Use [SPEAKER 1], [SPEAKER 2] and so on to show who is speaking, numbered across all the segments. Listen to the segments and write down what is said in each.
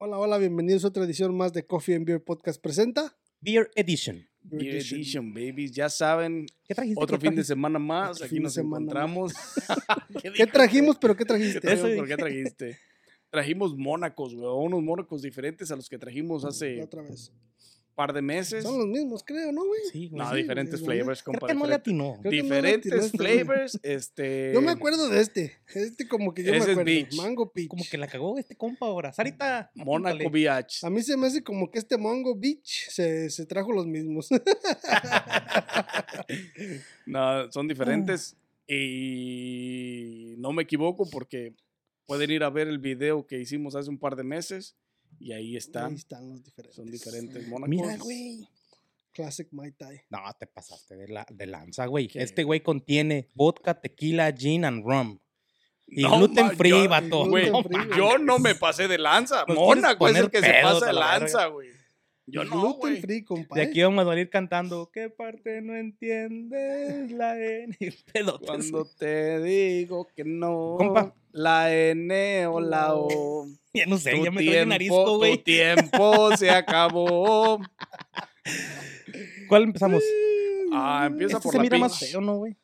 [SPEAKER 1] Hola, hola, bienvenidos a otra edición más de Coffee and Beer Podcast presenta.
[SPEAKER 2] Beer Edition.
[SPEAKER 1] Beer
[SPEAKER 3] Beer
[SPEAKER 1] Edition.
[SPEAKER 3] Edition, babies. Ya saben,
[SPEAKER 2] ¿Qué trajiste?
[SPEAKER 3] otro
[SPEAKER 2] ¿Qué
[SPEAKER 3] fin de
[SPEAKER 2] trajiste?
[SPEAKER 3] semana más.
[SPEAKER 1] Otro
[SPEAKER 3] Aquí
[SPEAKER 1] fin de
[SPEAKER 3] nos
[SPEAKER 1] semana
[SPEAKER 3] encontramos.
[SPEAKER 1] ¿Qué
[SPEAKER 3] ¿Qué, dije?
[SPEAKER 1] trajimos, pero qué
[SPEAKER 3] ¿Qué
[SPEAKER 1] trajiste?
[SPEAKER 3] trajimos?
[SPEAKER 1] Eso
[SPEAKER 3] ¿Pero qué trajiste? Trajimos Mónacos, güey. Unos Mónacos diferentes a los que pues trajimos hace
[SPEAKER 1] Otra vez.
[SPEAKER 3] par de meses.
[SPEAKER 1] Son los mismos, creo, ¿no, güey?
[SPEAKER 2] Sí, güey.
[SPEAKER 3] No,
[SPEAKER 1] sí,
[SPEAKER 3] diferentes
[SPEAKER 1] güey, la
[SPEAKER 3] flavors,
[SPEAKER 2] Creo
[SPEAKER 3] compa.
[SPEAKER 2] que no le
[SPEAKER 3] diferente-
[SPEAKER 2] atinó.
[SPEAKER 1] Creo que no le
[SPEAKER 3] Diferentes
[SPEAKER 1] atinaste, güey.
[SPEAKER 3] flavors. Este.
[SPEAKER 1] Yo me acuerdo de este. Este como que yo me
[SPEAKER 3] Ese es
[SPEAKER 1] acuerdo.
[SPEAKER 3] Peach.
[SPEAKER 1] Mango Peach.
[SPEAKER 2] Como que la cagó este compa ahora. Sarita.
[SPEAKER 3] Mónaco
[SPEAKER 2] apúntale.
[SPEAKER 3] Beach.
[SPEAKER 1] A mí se me hace como que este Mango Beach se, se trajo los mismos.
[SPEAKER 3] No, son diferentes. Y no me equivoco porque pueden ir a ver el video que hicimos hace un par de meses. Y ahí está.
[SPEAKER 1] Ahí están los diferentes.
[SPEAKER 3] Son diferentes Mónacos.
[SPEAKER 2] Mira, güey.
[SPEAKER 1] Classic Mai Tai.
[SPEAKER 2] No, te pasaste de, la, de lanza, güey.
[SPEAKER 3] ¿Qué?
[SPEAKER 2] Este güey contiene vodka, tequila, gin and rum. Y
[SPEAKER 3] No,
[SPEAKER 2] gluten
[SPEAKER 3] ma-
[SPEAKER 2] free,
[SPEAKER 3] yo-
[SPEAKER 2] vato.
[SPEAKER 3] Güey,
[SPEAKER 1] Gluten free, güey.
[SPEAKER 3] yo no me pasé de lanza.
[SPEAKER 2] Nos
[SPEAKER 3] Mona,
[SPEAKER 2] quieres
[SPEAKER 3] güey, es el
[SPEAKER 2] poner
[SPEAKER 3] que se
[SPEAKER 2] pedos
[SPEAKER 3] pasa
[SPEAKER 2] a
[SPEAKER 3] de
[SPEAKER 2] la
[SPEAKER 3] lanza,
[SPEAKER 2] verga.
[SPEAKER 3] güey. Yo
[SPEAKER 1] Y
[SPEAKER 3] no,
[SPEAKER 1] gluten
[SPEAKER 3] güey.
[SPEAKER 1] free, compa.
[SPEAKER 2] De
[SPEAKER 1] ¿eh?
[SPEAKER 2] aquí vamos a salir cantando. ¿Qué parte no entiendes? La N. Y pelotas.
[SPEAKER 3] Cuando te digo que no,
[SPEAKER 2] Compa.
[SPEAKER 3] la N o la O.
[SPEAKER 2] Ya no sé,
[SPEAKER 3] tu
[SPEAKER 2] ya me trae el
[SPEAKER 3] tiempo,
[SPEAKER 2] narisco,
[SPEAKER 3] tu
[SPEAKER 2] güey.
[SPEAKER 3] tiempo se acabó.
[SPEAKER 2] ¿Cuál empezamos?
[SPEAKER 3] Ah, empieza
[SPEAKER 2] Pues, Este
[SPEAKER 3] por
[SPEAKER 2] se
[SPEAKER 3] la
[SPEAKER 2] mira más
[SPEAKER 3] peach.
[SPEAKER 2] feo, ¿no, güey?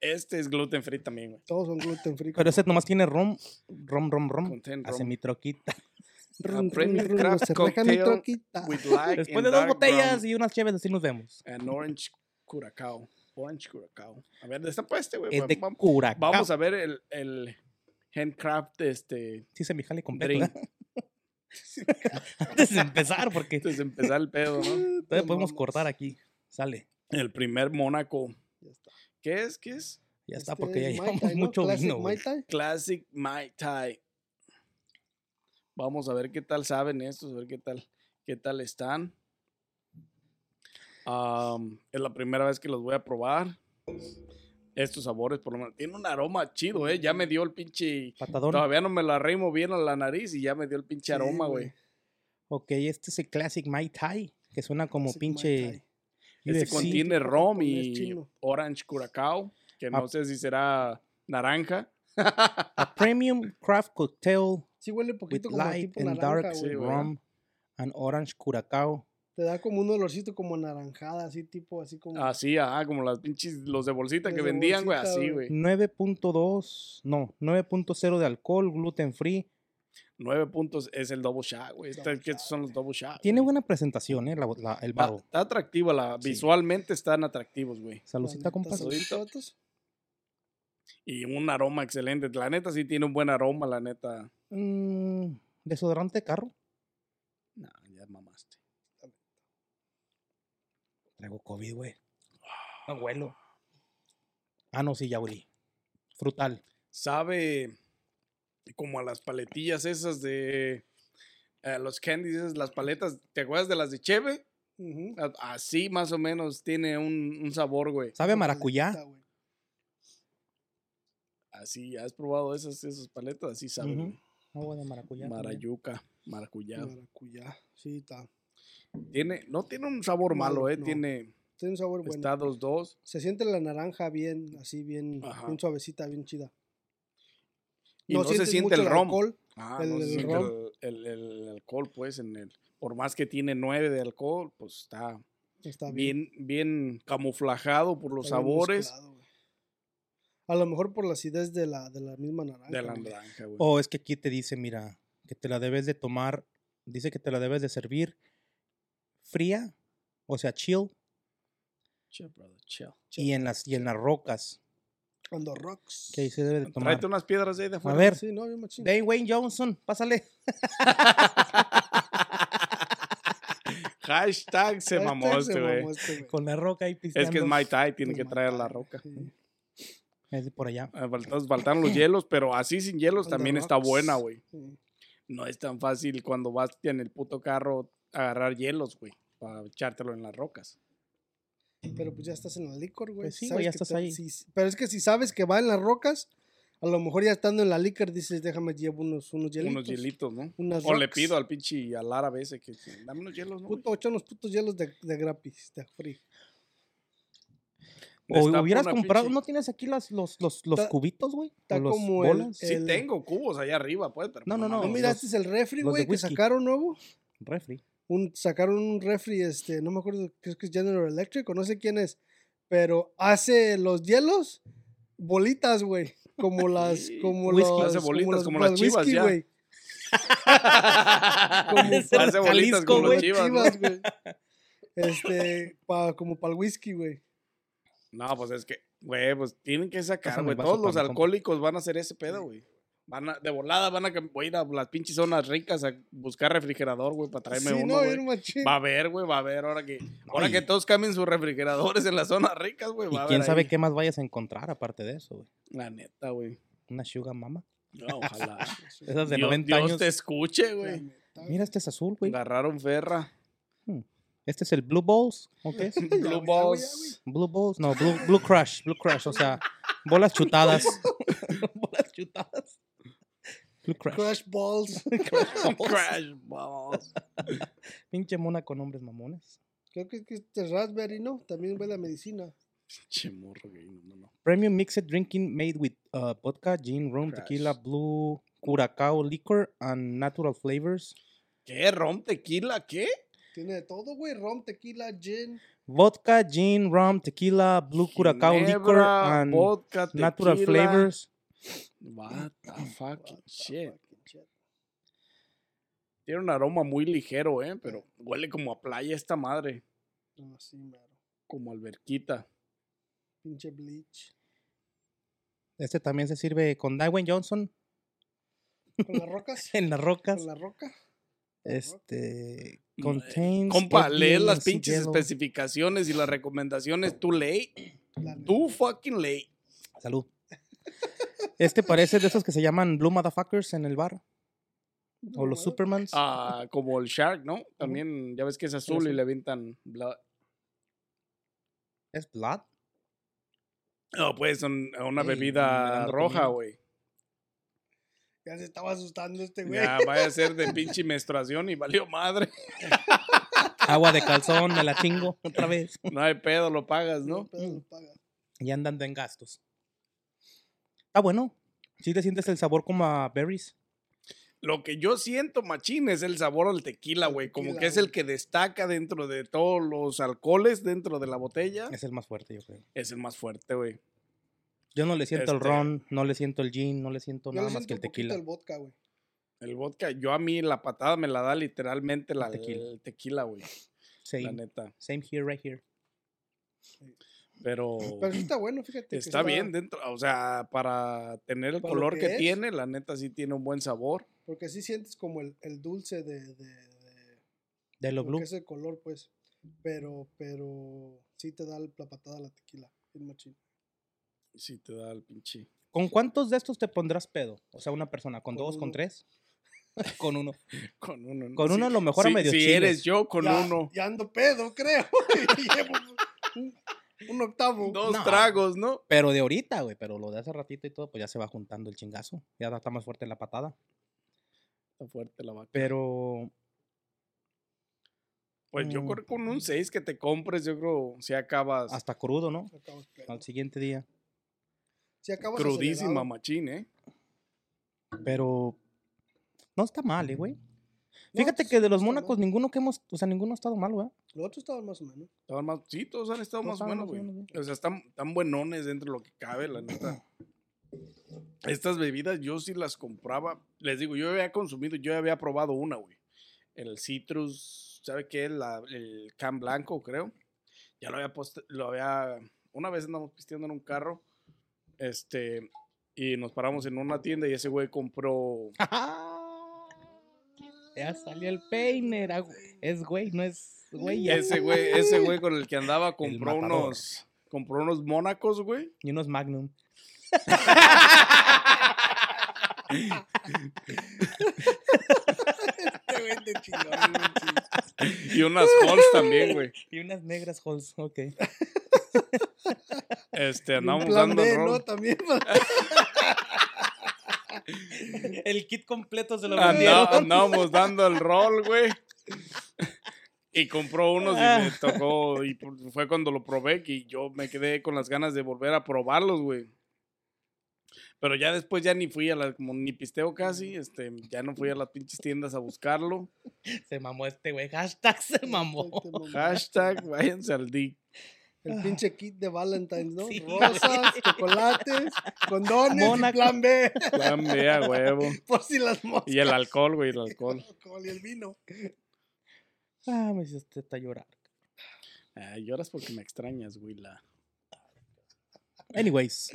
[SPEAKER 3] Este es gluten free también, güey.
[SPEAKER 1] Todos son gluten free.
[SPEAKER 2] Pero ese nomás tiene rom, rom, rom, rom.
[SPEAKER 3] Contain
[SPEAKER 2] Hace
[SPEAKER 3] rum.
[SPEAKER 2] mi troquita.
[SPEAKER 1] Rum,
[SPEAKER 3] a premium
[SPEAKER 1] rum, rum,
[SPEAKER 3] craft
[SPEAKER 1] se rajan en
[SPEAKER 3] cocktail
[SPEAKER 1] troquita.
[SPEAKER 3] With black
[SPEAKER 2] Después
[SPEAKER 3] and
[SPEAKER 2] de dos
[SPEAKER 3] dark
[SPEAKER 2] botellas
[SPEAKER 3] rum
[SPEAKER 2] y unas chéves, así nos vemos.
[SPEAKER 3] and orange curacao. Orange curacao. A ver, destapa este, güey.
[SPEAKER 2] Es de
[SPEAKER 3] Vamos-
[SPEAKER 2] Curacao.
[SPEAKER 3] Vamos a ver el, el handcraft este
[SPEAKER 2] Sí, se me jale completo.
[SPEAKER 3] drink
[SPEAKER 2] ¿verdad? Antes de empezar, porque
[SPEAKER 3] antes de empezar el pedo, ¿no?
[SPEAKER 2] todavía podemos cortar aquí. Sale.
[SPEAKER 3] El primer Mónaco.
[SPEAKER 1] Ya está.
[SPEAKER 3] ¿Qué es? ¿Qué es?
[SPEAKER 2] Ya está,
[SPEAKER 1] Este
[SPEAKER 2] porque ya
[SPEAKER 1] es Mai
[SPEAKER 2] llevamos
[SPEAKER 1] Tai, ¿no?
[SPEAKER 2] mucho
[SPEAKER 1] Classic
[SPEAKER 2] vino. güey.
[SPEAKER 1] Mai Tai.
[SPEAKER 3] Classic Mai Tai. Vamos a ver qué tal saben estos, a ver qué tal, qué tal están. Am, es la primera vez que los voy a probar. Estos sabores, por lo menos, tiene un aroma chido, ¿eh? Ya me dio el pinche...
[SPEAKER 2] Patadón.
[SPEAKER 3] Todavía no me la reimo bien a la nariz y ya me dio el pinche
[SPEAKER 1] Sí,
[SPEAKER 3] aroma,
[SPEAKER 1] güey.
[SPEAKER 3] güey.
[SPEAKER 2] Ok, este es el Classic Mai Tai, que suena como
[SPEAKER 1] Classic Mai
[SPEAKER 2] pinche
[SPEAKER 1] Tai.
[SPEAKER 3] Este
[SPEAKER 2] UFC.
[SPEAKER 3] contiene
[SPEAKER 1] tipo
[SPEAKER 3] rom
[SPEAKER 1] japonés
[SPEAKER 3] y
[SPEAKER 1] chino.
[SPEAKER 3] orange curacao, que
[SPEAKER 2] Ah.
[SPEAKER 3] no sé si será naranja.
[SPEAKER 2] A Premium Craft Cocktail
[SPEAKER 1] Sí huele
[SPEAKER 2] with
[SPEAKER 1] poquito como a
[SPEAKER 2] Light
[SPEAKER 1] tipo
[SPEAKER 2] and
[SPEAKER 1] naranja,
[SPEAKER 2] Dark
[SPEAKER 3] Sí,
[SPEAKER 1] güey.
[SPEAKER 3] güey.
[SPEAKER 2] Rum and Orange Curacao.
[SPEAKER 1] Te da como un olorcito como anaranjada, así tipo, así como...
[SPEAKER 3] Así, ajá, como las pinches, los de bolsita
[SPEAKER 1] Los
[SPEAKER 3] que
[SPEAKER 1] de
[SPEAKER 3] vendían, güey,
[SPEAKER 1] bolsita,
[SPEAKER 3] así,
[SPEAKER 1] güey.
[SPEAKER 3] güey.
[SPEAKER 2] 9.2, no, 9.0 de alcohol, gluten free.
[SPEAKER 3] Nueve puntos es el double shot, güey. Este-
[SPEAKER 1] Double
[SPEAKER 3] que estos son los double shot.
[SPEAKER 2] Tiene
[SPEAKER 3] güey.
[SPEAKER 2] buena presentación, ¿eh? La, la- el
[SPEAKER 3] Está,
[SPEAKER 2] baro.
[SPEAKER 3] está atractiva, la,
[SPEAKER 2] Sí.
[SPEAKER 3] visualmente están atractivos, güey.
[SPEAKER 1] Saludcita,
[SPEAKER 2] Saludcita, compas.
[SPEAKER 3] salud.
[SPEAKER 1] saludcita, vatos.
[SPEAKER 3] Y un aroma excelente. La neta sí tiene un buen aroma, la neta.
[SPEAKER 2] Mm, desodorante de carro.
[SPEAKER 3] No, ya mamaste.
[SPEAKER 2] Traigo COVID, güey. No huelo. Ah, no, sí, ya olí. Frutal.
[SPEAKER 3] Sabe como a las paletillas esas de eh, los candies, esas, las paletas, ¿te acuerdas de las de Cheve?
[SPEAKER 1] Ujú.
[SPEAKER 3] A- Así más o menos tiene un, un sabor, güey.
[SPEAKER 2] ¿Sabe a
[SPEAKER 1] Una
[SPEAKER 2] maracuyá?
[SPEAKER 1] saludcita, güey.
[SPEAKER 3] Así, ¿has probado esas, esas paletas? Así sabe,
[SPEAKER 2] Ujú.
[SPEAKER 3] güey.
[SPEAKER 2] Agua de maracuyá. también.
[SPEAKER 3] Marayuca, maracuyá.
[SPEAKER 1] Maracuyá, sí, está.
[SPEAKER 3] Tiene, no tiene un sabor malo,
[SPEAKER 1] Malo,
[SPEAKER 3] ¿eh?
[SPEAKER 1] no.
[SPEAKER 3] Tiene
[SPEAKER 1] Tiene un sabor bueno.
[SPEAKER 3] está 2-2.
[SPEAKER 1] Se siente la naranja bien, así bien,
[SPEAKER 3] Ajá.
[SPEAKER 1] bien suavecita, bien chida.
[SPEAKER 3] Y no, se
[SPEAKER 1] sientes
[SPEAKER 3] siente
[SPEAKER 1] mucho
[SPEAKER 3] el rom.
[SPEAKER 1] alcohol.
[SPEAKER 3] Ah,
[SPEAKER 1] el-
[SPEAKER 3] no se
[SPEAKER 1] el
[SPEAKER 3] siente
[SPEAKER 1] rom.
[SPEAKER 3] el, el- el alcohol, pues, en el, por más que tiene 9 de alcohol, pues está
[SPEAKER 1] Está bien.
[SPEAKER 3] bien, bien camuflajado por los
[SPEAKER 1] está bien
[SPEAKER 3] sabores
[SPEAKER 1] mezclado, güey. A lo mejor por la acidez de la, de la misma naranja.
[SPEAKER 3] de la
[SPEAKER 1] güey.
[SPEAKER 3] naranja, güey.
[SPEAKER 2] O es que aquí te dice, mira, que te la debes de tomar, dice que te la debes de servir fría, o sea, chill,
[SPEAKER 3] Che, brother, chill.
[SPEAKER 2] y en las y en las rocas,
[SPEAKER 1] On the rocks.
[SPEAKER 2] que ahí se debe de tomar.
[SPEAKER 3] Tráete unas piedras ahí de
[SPEAKER 2] A
[SPEAKER 3] afuera.
[SPEAKER 2] ver,
[SPEAKER 1] Sí, no, bien machín.
[SPEAKER 2] Dwayne Wayne Johnson, pásale.
[SPEAKER 3] Hashtag se
[SPEAKER 1] Hashtag
[SPEAKER 3] mamó este, güey.
[SPEAKER 1] mamó este, güey.
[SPEAKER 2] Con la roca ahí pisteando.
[SPEAKER 3] Es que es Mai Tai, tiene
[SPEAKER 1] Es
[SPEAKER 3] que
[SPEAKER 1] Mai
[SPEAKER 3] traer
[SPEAKER 1] Tai,
[SPEAKER 3] la
[SPEAKER 1] güey,
[SPEAKER 3] roca.
[SPEAKER 1] sí.
[SPEAKER 2] Es de por allá.
[SPEAKER 3] Ah, Faltan, faltan los hielos, pero así sin hielos
[SPEAKER 1] On the
[SPEAKER 3] Pues, también está
[SPEAKER 1] rocks.
[SPEAKER 3] buena, güey.
[SPEAKER 1] Sí.
[SPEAKER 3] No es tan fácil cuando vas en el puto carro a agarrar hielos, güey, para echártelo en las rocas.
[SPEAKER 1] Pero pues ya estás en la licor, güey.
[SPEAKER 2] Pues sí,
[SPEAKER 1] Sabes
[SPEAKER 2] güey, ya
[SPEAKER 1] que
[SPEAKER 2] estás
[SPEAKER 1] te-
[SPEAKER 2] ahí.
[SPEAKER 1] sí, sí. pero es que si sabes que va en las rocas, a lo mejor ya estando en la licor dices, déjame llevo unos, unos hielitos.
[SPEAKER 3] Unos hielitos, ¿no?
[SPEAKER 1] Unas
[SPEAKER 3] O le
[SPEAKER 1] rocks.
[SPEAKER 3] pido al pinche al árabe ese que dame unos hielos, ¿no? güey?"
[SPEAKER 1] Puto, echa unos putos hielos de, de gratis, de free.
[SPEAKER 2] O
[SPEAKER 3] Destapo
[SPEAKER 2] hubieras
[SPEAKER 3] una
[SPEAKER 2] comprado,
[SPEAKER 3] pinche-
[SPEAKER 2] ¿no tienes aquí las, los, los, los
[SPEAKER 1] Está-
[SPEAKER 2] cubitos, güey?
[SPEAKER 1] está
[SPEAKER 2] O los
[SPEAKER 1] como el- eh,
[SPEAKER 2] bolas?
[SPEAKER 3] Sí
[SPEAKER 1] el-
[SPEAKER 3] tengo cubos allá arriba, pues. pero
[SPEAKER 2] No, no,
[SPEAKER 3] mames,
[SPEAKER 1] ¿No
[SPEAKER 2] los-
[SPEAKER 1] miraste este el refri,
[SPEAKER 2] los
[SPEAKER 1] güey,
[SPEAKER 2] de
[SPEAKER 1] que
[SPEAKER 2] whisky.
[SPEAKER 1] sacaron nuevo?
[SPEAKER 2] Refri.
[SPEAKER 1] Un, sacaron un refri, este, no me acuerdo, creo que es General Electric o no sé quién es, pero hace los hielos bolitas, güey. Como las, como
[SPEAKER 2] Whisky.
[SPEAKER 1] los,
[SPEAKER 3] Hace bolitas,
[SPEAKER 1] los-
[SPEAKER 3] como las chivas, ya.
[SPEAKER 1] güey.
[SPEAKER 3] Hace bolitas
[SPEAKER 2] Jalisco,
[SPEAKER 3] con los
[SPEAKER 2] güey.
[SPEAKER 3] chivas, ¿no?
[SPEAKER 1] Chivas, güey. Este, pa- como para el whisky, güey.
[SPEAKER 3] No, pues es que, güey, pues tienen que sacar,
[SPEAKER 2] Pásame
[SPEAKER 3] güey.
[SPEAKER 2] el vaso
[SPEAKER 3] Todos
[SPEAKER 2] para
[SPEAKER 3] los
[SPEAKER 2] mi compa.
[SPEAKER 3] alcohólicos van a hacer ese pedo, güey. Van a, de volada van a, cam- voy a ir a las pinches zonas ricas a buscar refrigerador, güey, para traerme
[SPEAKER 1] sí,
[SPEAKER 3] uno,
[SPEAKER 1] no,
[SPEAKER 3] güey.
[SPEAKER 1] bien machín.
[SPEAKER 3] Va a haber, güey, va a haber. Ahora que, ahora
[SPEAKER 2] y-
[SPEAKER 3] que todos cambien sus refrigeradores en las zonas ricas, güey,
[SPEAKER 2] Y
[SPEAKER 3] va a haber.
[SPEAKER 2] quién sabe
[SPEAKER 3] ahí.
[SPEAKER 2] qué más vayas a encontrar aparte de eso, güey.
[SPEAKER 3] La neta, güey.
[SPEAKER 2] Una sugar mama.
[SPEAKER 3] No, ojalá.
[SPEAKER 2] Esas de
[SPEAKER 3] Dios,
[SPEAKER 2] 90
[SPEAKER 3] Dios
[SPEAKER 2] años.
[SPEAKER 3] te escuche,
[SPEAKER 1] La
[SPEAKER 3] güey.
[SPEAKER 1] neta,
[SPEAKER 2] Mira, este es azul, güey.
[SPEAKER 3] Agarraron ferra.
[SPEAKER 2] Este es el Blue Balls. ¿O qué es?
[SPEAKER 1] Ya, güey, ya,
[SPEAKER 3] Blue
[SPEAKER 1] güey,
[SPEAKER 3] Balls.
[SPEAKER 2] Blue Balls. No, Blue, Blue Crush. Blue Crush, o sea, bolas chutadas. bolas chutadas. Blue Crush.
[SPEAKER 1] Crash Balls.
[SPEAKER 3] Crash Balls.
[SPEAKER 2] Pinche mona con hombres mamones.
[SPEAKER 1] Creo que, que este raspberry, ¿no? También huele a medicina.
[SPEAKER 3] Pinche morro, güey. No, no, no.
[SPEAKER 2] Premium Mixed Drinking made with uh, vodka, gin, rum,
[SPEAKER 3] Crush.
[SPEAKER 2] tequila, blue, curacao liquor, and natural flavors.
[SPEAKER 3] ¿Qué? ¿Rom tequila? ¿Qué?
[SPEAKER 1] Tiene de todo, güey. Rom, tequila, gin.
[SPEAKER 2] Vodka, gin, rum, tequila, blue curacao liquor,
[SPEAKER 3] Ginebra,
[SPEAKER 2] and
[SPEAKER 3] vodka,
[SPEAKER 2] natural
[SPEAKER 3] tequila.
[SPEAKER 2] flavors.
[SPEAKER 3] Mm, What the fucking shit.
[SPEAKER 1] Ah, fucking shit.
[SPEAKER 3] Tiene un aroma muy ligero, ¿eh? Pero huele como a playa esta madre.
[SPEAKER 1] No, sí, mero.
[SPEAKER 3] Como alberquita.
[SPEAKER 1] Pinche bleach.
[SPEAKER 2] Este también se sirve con Dwayne Johnson
[SPEAKER 1] Con las rocas.
[SPEAKER 2] en las rocas.
[SPEAKER 1] con la roca.
[SPEAKER 2] Este.
[SPEAKER 3] Eh,
[SPEAKER 2] Contains.
[SPEAKER 3] Compa, lee
[SPEAKER 2] opium
[SPEAKER 3] las
[SPEAKER 2] and sea
[SPEAKER 3] pinches
[SPEAKER 2] yellow.
[SPEAKER 3] especificaciones y las recomendaciones. Tú ley.
[SPEAKER 1] La neta.
[SPEAKER 3] Tú fucking ley.
[SPEAKER 2] Salud. Este parece de esos que se llaman Blue Motherfuckers en el bar.
[SPEAKER 1] No,
[SPEAKER 2] O los
[SPEAKER 1] güey.
[SPEAKER 2] Supermans.
[SPEAKER 3] Ah, como el shark, ¿no? También, ya ves que es azul y
[SPEAKER 2] azul.
[SPEAKER 3] le avientan... bla-
[SPEAKER 2] ¿Es Blood?
[SPEAKER 3] No, pues un- una
[SPEAKER 2] Ey,
[SPEAKER 3] bebida
[SPEAKER 2] Miranda
[SPEAKER 3] roja,
[SPEAKER 2] conmigo.
[SPEAKER 3] güey.
[SPEAKER 1] Ya se estaba asustando este güey.
[SPEAKER 3] Ya vaya a ser de pinche menstruación y valió madre.
[SPEAKER 2] Agua de calzón, me la chingo otra vez.
[SPEAKER 3] No hay pedo, lo pagas,
[SPEAKER 1] No,
[SPEAKER 3] ¿no?
[SPEAKER 2] Mm.
[SPEAKER 1] pero lo paga.
[SPEAKER 2] Pues Y andando en gastos. Ah, bueno. Sí te sientes el sabor como a berries.
[SPEAKER 3] Lo que yo siento, machín, es el sabor al tequila,
[SPEAKER 1] Al
[SPEAKER 3] güey. Como
[SPEAKER 1] tequila,
[SPEAKER 3] que es
[SPEAKER 1] güey.
[SPEAKER 3] el que destaca dentro de todos los alcoholes, dentro de la botella.
[SPEAKER 2] Es el más fuerte, yo creo.
[SPEAKER 3] Es el más fuerte, güey.
[SPEAKER 2] Yo no le siento el
[SPEAKER 3] Este-
[SPEAKER 2] ron, no le siento el gin, no le siento
[SPEAKER 1] Yo
[SPEAKER 2] nada
[SPEAKER 1] le
[SPEAKER 2] más
[SPEAKER 1] siento
[SPEAKER 2] que el
[SPEAKER 1] un poquito
[SPEAKER 2] tequila.
[SPEAKER 1] El vodka, güey.
[SPEAKER 3] El vodka, yo a mí la patada me la da literalmente la, el
[SPEAKER 2] tequila.
[SPEAKER 3] tequila, tequila güey. La
[SPEAKER 2] Same.
[SPEAKER 3] neta.
[SPEAKER 2] Same here, right here.
[SPEAKER 3] Pero,
[SPEAKER 1] Pero sí está bueno, fíjate. que
[SPEAKER 3] está bien dentro. O sea, para tener el
[SPEAKER 1] Para lo
[SPEAKER 3] color
[SPEAKER 1] que
[SPEAKER 3] que,
[SPEAKER 1] es.
[SPEAKER 3] tiene, la neta sí tiene un buen sabor.
[SPEAKER 1] Porque sí sientes como el, el dulce de, de, de
[SPEAKER 2] De lo
[SPEAKER 1] lo
[SPEAKER 2] blue.
[SPEAKER 1] que es el color, pues. Pero, pero sí te da la patada a la tequila. Bien machín.
[SPEAKER 3] Sí, te da el pinche.
[SPEAKER 2] ¿Con cuántos de estos te pondrás pedo? O sea, una persona, ¿con,
[SPEAKER 1] Con
[SPEAKER 2] dos, con
[SPEAKER 1] uno.
[SPEAKER 2] tres? con uno.
[SPEAKER 3] Con uno. ¿no?
[SPEAKER 2] Con uno a lo mejor a
[SPEAKER 3] sí,
[SPEAKER 2] medio
[SPEAKER 3] Si
[SPEAKER 2] chile.
[SPEAKER 3] eres yo, con
[SPEAKER 1] Ya-
[SPEAKER 3] uno.
[SPEAKER 1] Ya ando pedo, creo. Y llevo un, un octavo.
[SPEAKER 3] Dos
[SPEAKER 2] No.
[SPEAKER 3] tragos, ¿no?
[SPEAKER 2] Pero de ahorita, güey, pero lo de hace ratito y todo, pues ya se va juntando el chingazo. Ya está más fuerte la patada.
[SPEAKER 3] Está fuerte la vaca.
[SPEAKER 2] Pero
[SPEAKER 3] Pues yo
[SPEAKER 2] Mm.
[SPEAKER 3] creo que con un 6 que te compres, yo creo, si acabas
[SPEAKER 2] Hasta crudo, ¿no?
[SPEAKER 1] Acabas pleno.
[SPEAKER 2] Al siguiente día.
[SPEAKER 1] Si acabas
[SPEAKER 3] crudísima,
[SPEAKER 1] acelerado.
[SPEAKER 3] machín, ¿eh?
[SPEAKER 2] Pero no está mal, eh, güey.
[SPEAKER 1] No,
[SPEAKER 2] Fíjate
[SPEAKER 1] pues,
[SPEAKER 2] que de los
[SPEAKER 1] está mal.
[SPEAKER 2] mónacos ninguno que hemos, o sea, ninguno ha estado mal, güey.
[SPEAKER 1] Los otros estaban más o menos.
[SPEAKER 3] Estaban más, sí, todos han estado más
[SPEAKER 2] Todos
[SPEAKER 3] o
[SPEAKER 2] estaban
[SPEAKER 3] menos,
[SPEAKER 2] más
[SPEAKER 3] güey.
[SPEAKER 2] o menos,
[SPEAKER 3] O sea, están, están buenones dentro de lo que cabe, la neta. Estas bebidas yo sí las compraba. Les digo, yo había consumido, yo había probado una, güey. El citrus, ¿sabe qué? La- el can blanco, creo. Ya lo había puesto, lo había... Una vez andamos pisteando en un carro, este, y nos paramos en una tienda y ese güey compró...
[SPEAKER 2] Ya salió el peine, era güey. es güey, no es güey. ya.
[SPEAKER 3] Ese güey, ese güey con el que andaba compró
[SPEAKER 2] matador.
[SPEAKER 3] unos... Compró unos mónacos, güey.
[SPEAKER 2] Y unos magnum.
[SPEAKER 1] Te vende chingón, güey, chingón.
[SPEAKER 3] Y unas Halls también, güey.
[SPEAKER 2] Y unas negras Halls, ok.
[SPEAKER 3] Este,
[SPEAKER 1] Y un
[SPEAKER 3] andamos
[SPEAKER 1] plan
[SPEAKER 3] dando
[SPEAKER 1] B,
[SPEAKER 3] el rol.
[SPEAKER 1] ¿no? También. para-
[SPEAKER 2] El kit completo se lo
[SPEAKER 3] Anda-
[SPEAKER 2] vendieron.
[SPEAKER 3] andábamos dando el rol, güey. Y compró unos y
[SPEAKER 1] Ah.
[SPEAKER 3] me tocó. Y pu- fue cuando lo probé que yo me quedé con las ganas de volver a probarlos, güey. Pero ya después ya ni fui a la, como ni pisteo casi, este, ya no fui a las pinches tiendas a buscarlo.
[SPEAKER 2] Se mamó este güey, hashtag se mamó.
[SPEAKER 1] Te mamó.
[SPEAKER 3] Hashtag, váyanse al DIC.
[SPEAKER 1] El pinche kit de Valentine's, ¿no?
[SPEAKER 2] Sí.
[SPEAKER 1] Rosas, chocolates, condones,
[SPEAKER 2] Mónaco.
[SPEAKER 1] y plan B,
[SPEAKER 3] Plan B a huevo.
[SPEAKER 1] por si las moscas.
[SPEAKER 3] Y el alcohol, güey, el alcohol.
[SPEAKER 1] Alcohol y el vino.
[SPEAKER 2] Ah, me hiciste hasta llorar.
[SPEAKER 3] Ah, lloras porque me extrañas, güey. La...
[SPEAKER 2] Anyways,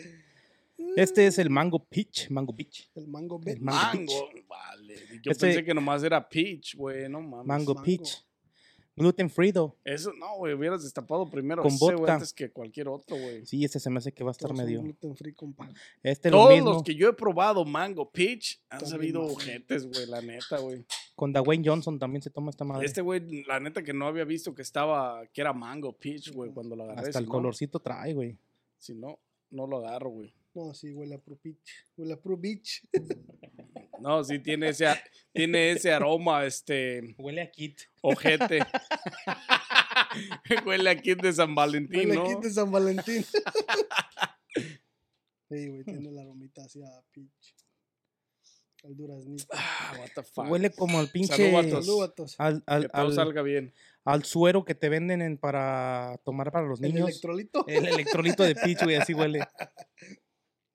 [SPEAKER 2] este es el Mango Peach, Mango Peach.
[SPEAKER 1] El mango B.
[SPEAKER 2] El mango.
[SPEAKER 3] Mango, vale. Yo
[SPEAKER 2] Este-
[SPEAKER 3] pensé que nomás era peach, güey, no mames.
[SPEAKER 2] Mango,
[SPEAKER 1] mango.
[SPEAKER 2] Peach. Gluten free, though.
[SPEAKER 3] Eso, no, güey, hubieras destapado primero
[SPEAKER 2] Con
[SPEAKER 3] ese, güey,
[SPEAKER 2] vodka.
[SPEAKER 3] antes que cualquier otro, güey.
[SPEAKER 2] Sí, este se me hace que va a estar
[SPEAKER 1] Todos son
[SPEAKER 2] medio.
[SPEAKER 1] Gluten free con pan.
[SPEAKER 2] Este lo
[SPEAKER 3] Todos
[SPEAKER 2] mismo
[SPEAKER 3] los que yo he probado, mango, peach, han
[SPEAKER 1] También
[SPEAKER 3] sabido
[SPEAKER 1] más.
[SPEAKER 3] ojetes, güey, la neta, güey.
[SPEAKER 2] con Dwayne Johnson también se toma esta madre.
[SPEAKER 3] Este güey, la neta que no había visto que estaba, que era mango, peach, güey, cuando lo agarré.
[SPEAKER 2] Hasta
[SPEAKER 3] si
[SPEAKER 2] el
[SPEAKER 3] no-
[SPEAKER 2] colorcito trae, güey.
[SPEAKER 3] Si no, no lo agarro, güey.
[SPEAKER 1] No, sí, huele a Pro Beach. Huele a Pro Beach.
[SPEAKER 3] No, sí tiene ese, a- tiene ese aroma, este,
[SPEAKER 2] Huele a kit.
[SPEAKER 3] ojete. Huele aquí de San Valentín,
[SPEAKER 1] Huele
[SPEAKER 3] ¿no?
[SPEAKER 1] a kit de San Valentín. sí, güey, tiene la aromita hacia Peach. Al duraznito.
[SPEAKER 3] Ah, what the fuck.
[SPEAKER 2] Huele como al pinche.
[SPEAKER 3] Salud, vatos.
[SPEAKER 1] Saludos a todos.
[SPEAKER 2] Al, al-
[SPEAKER 3] que todo
[SPEAKER 2] al-
[SPEAKER 3] salga bien.
[SPEAKER 2] al suero que te venden en- para tomar para los
[SPEAKER 1] El
[SPEAKER 2] niños.
[SPEAKER 3] Eh,
[SPEAKER 1] electrolito.
[SPEAKER 2] El electrolito de peach, güey, así huele.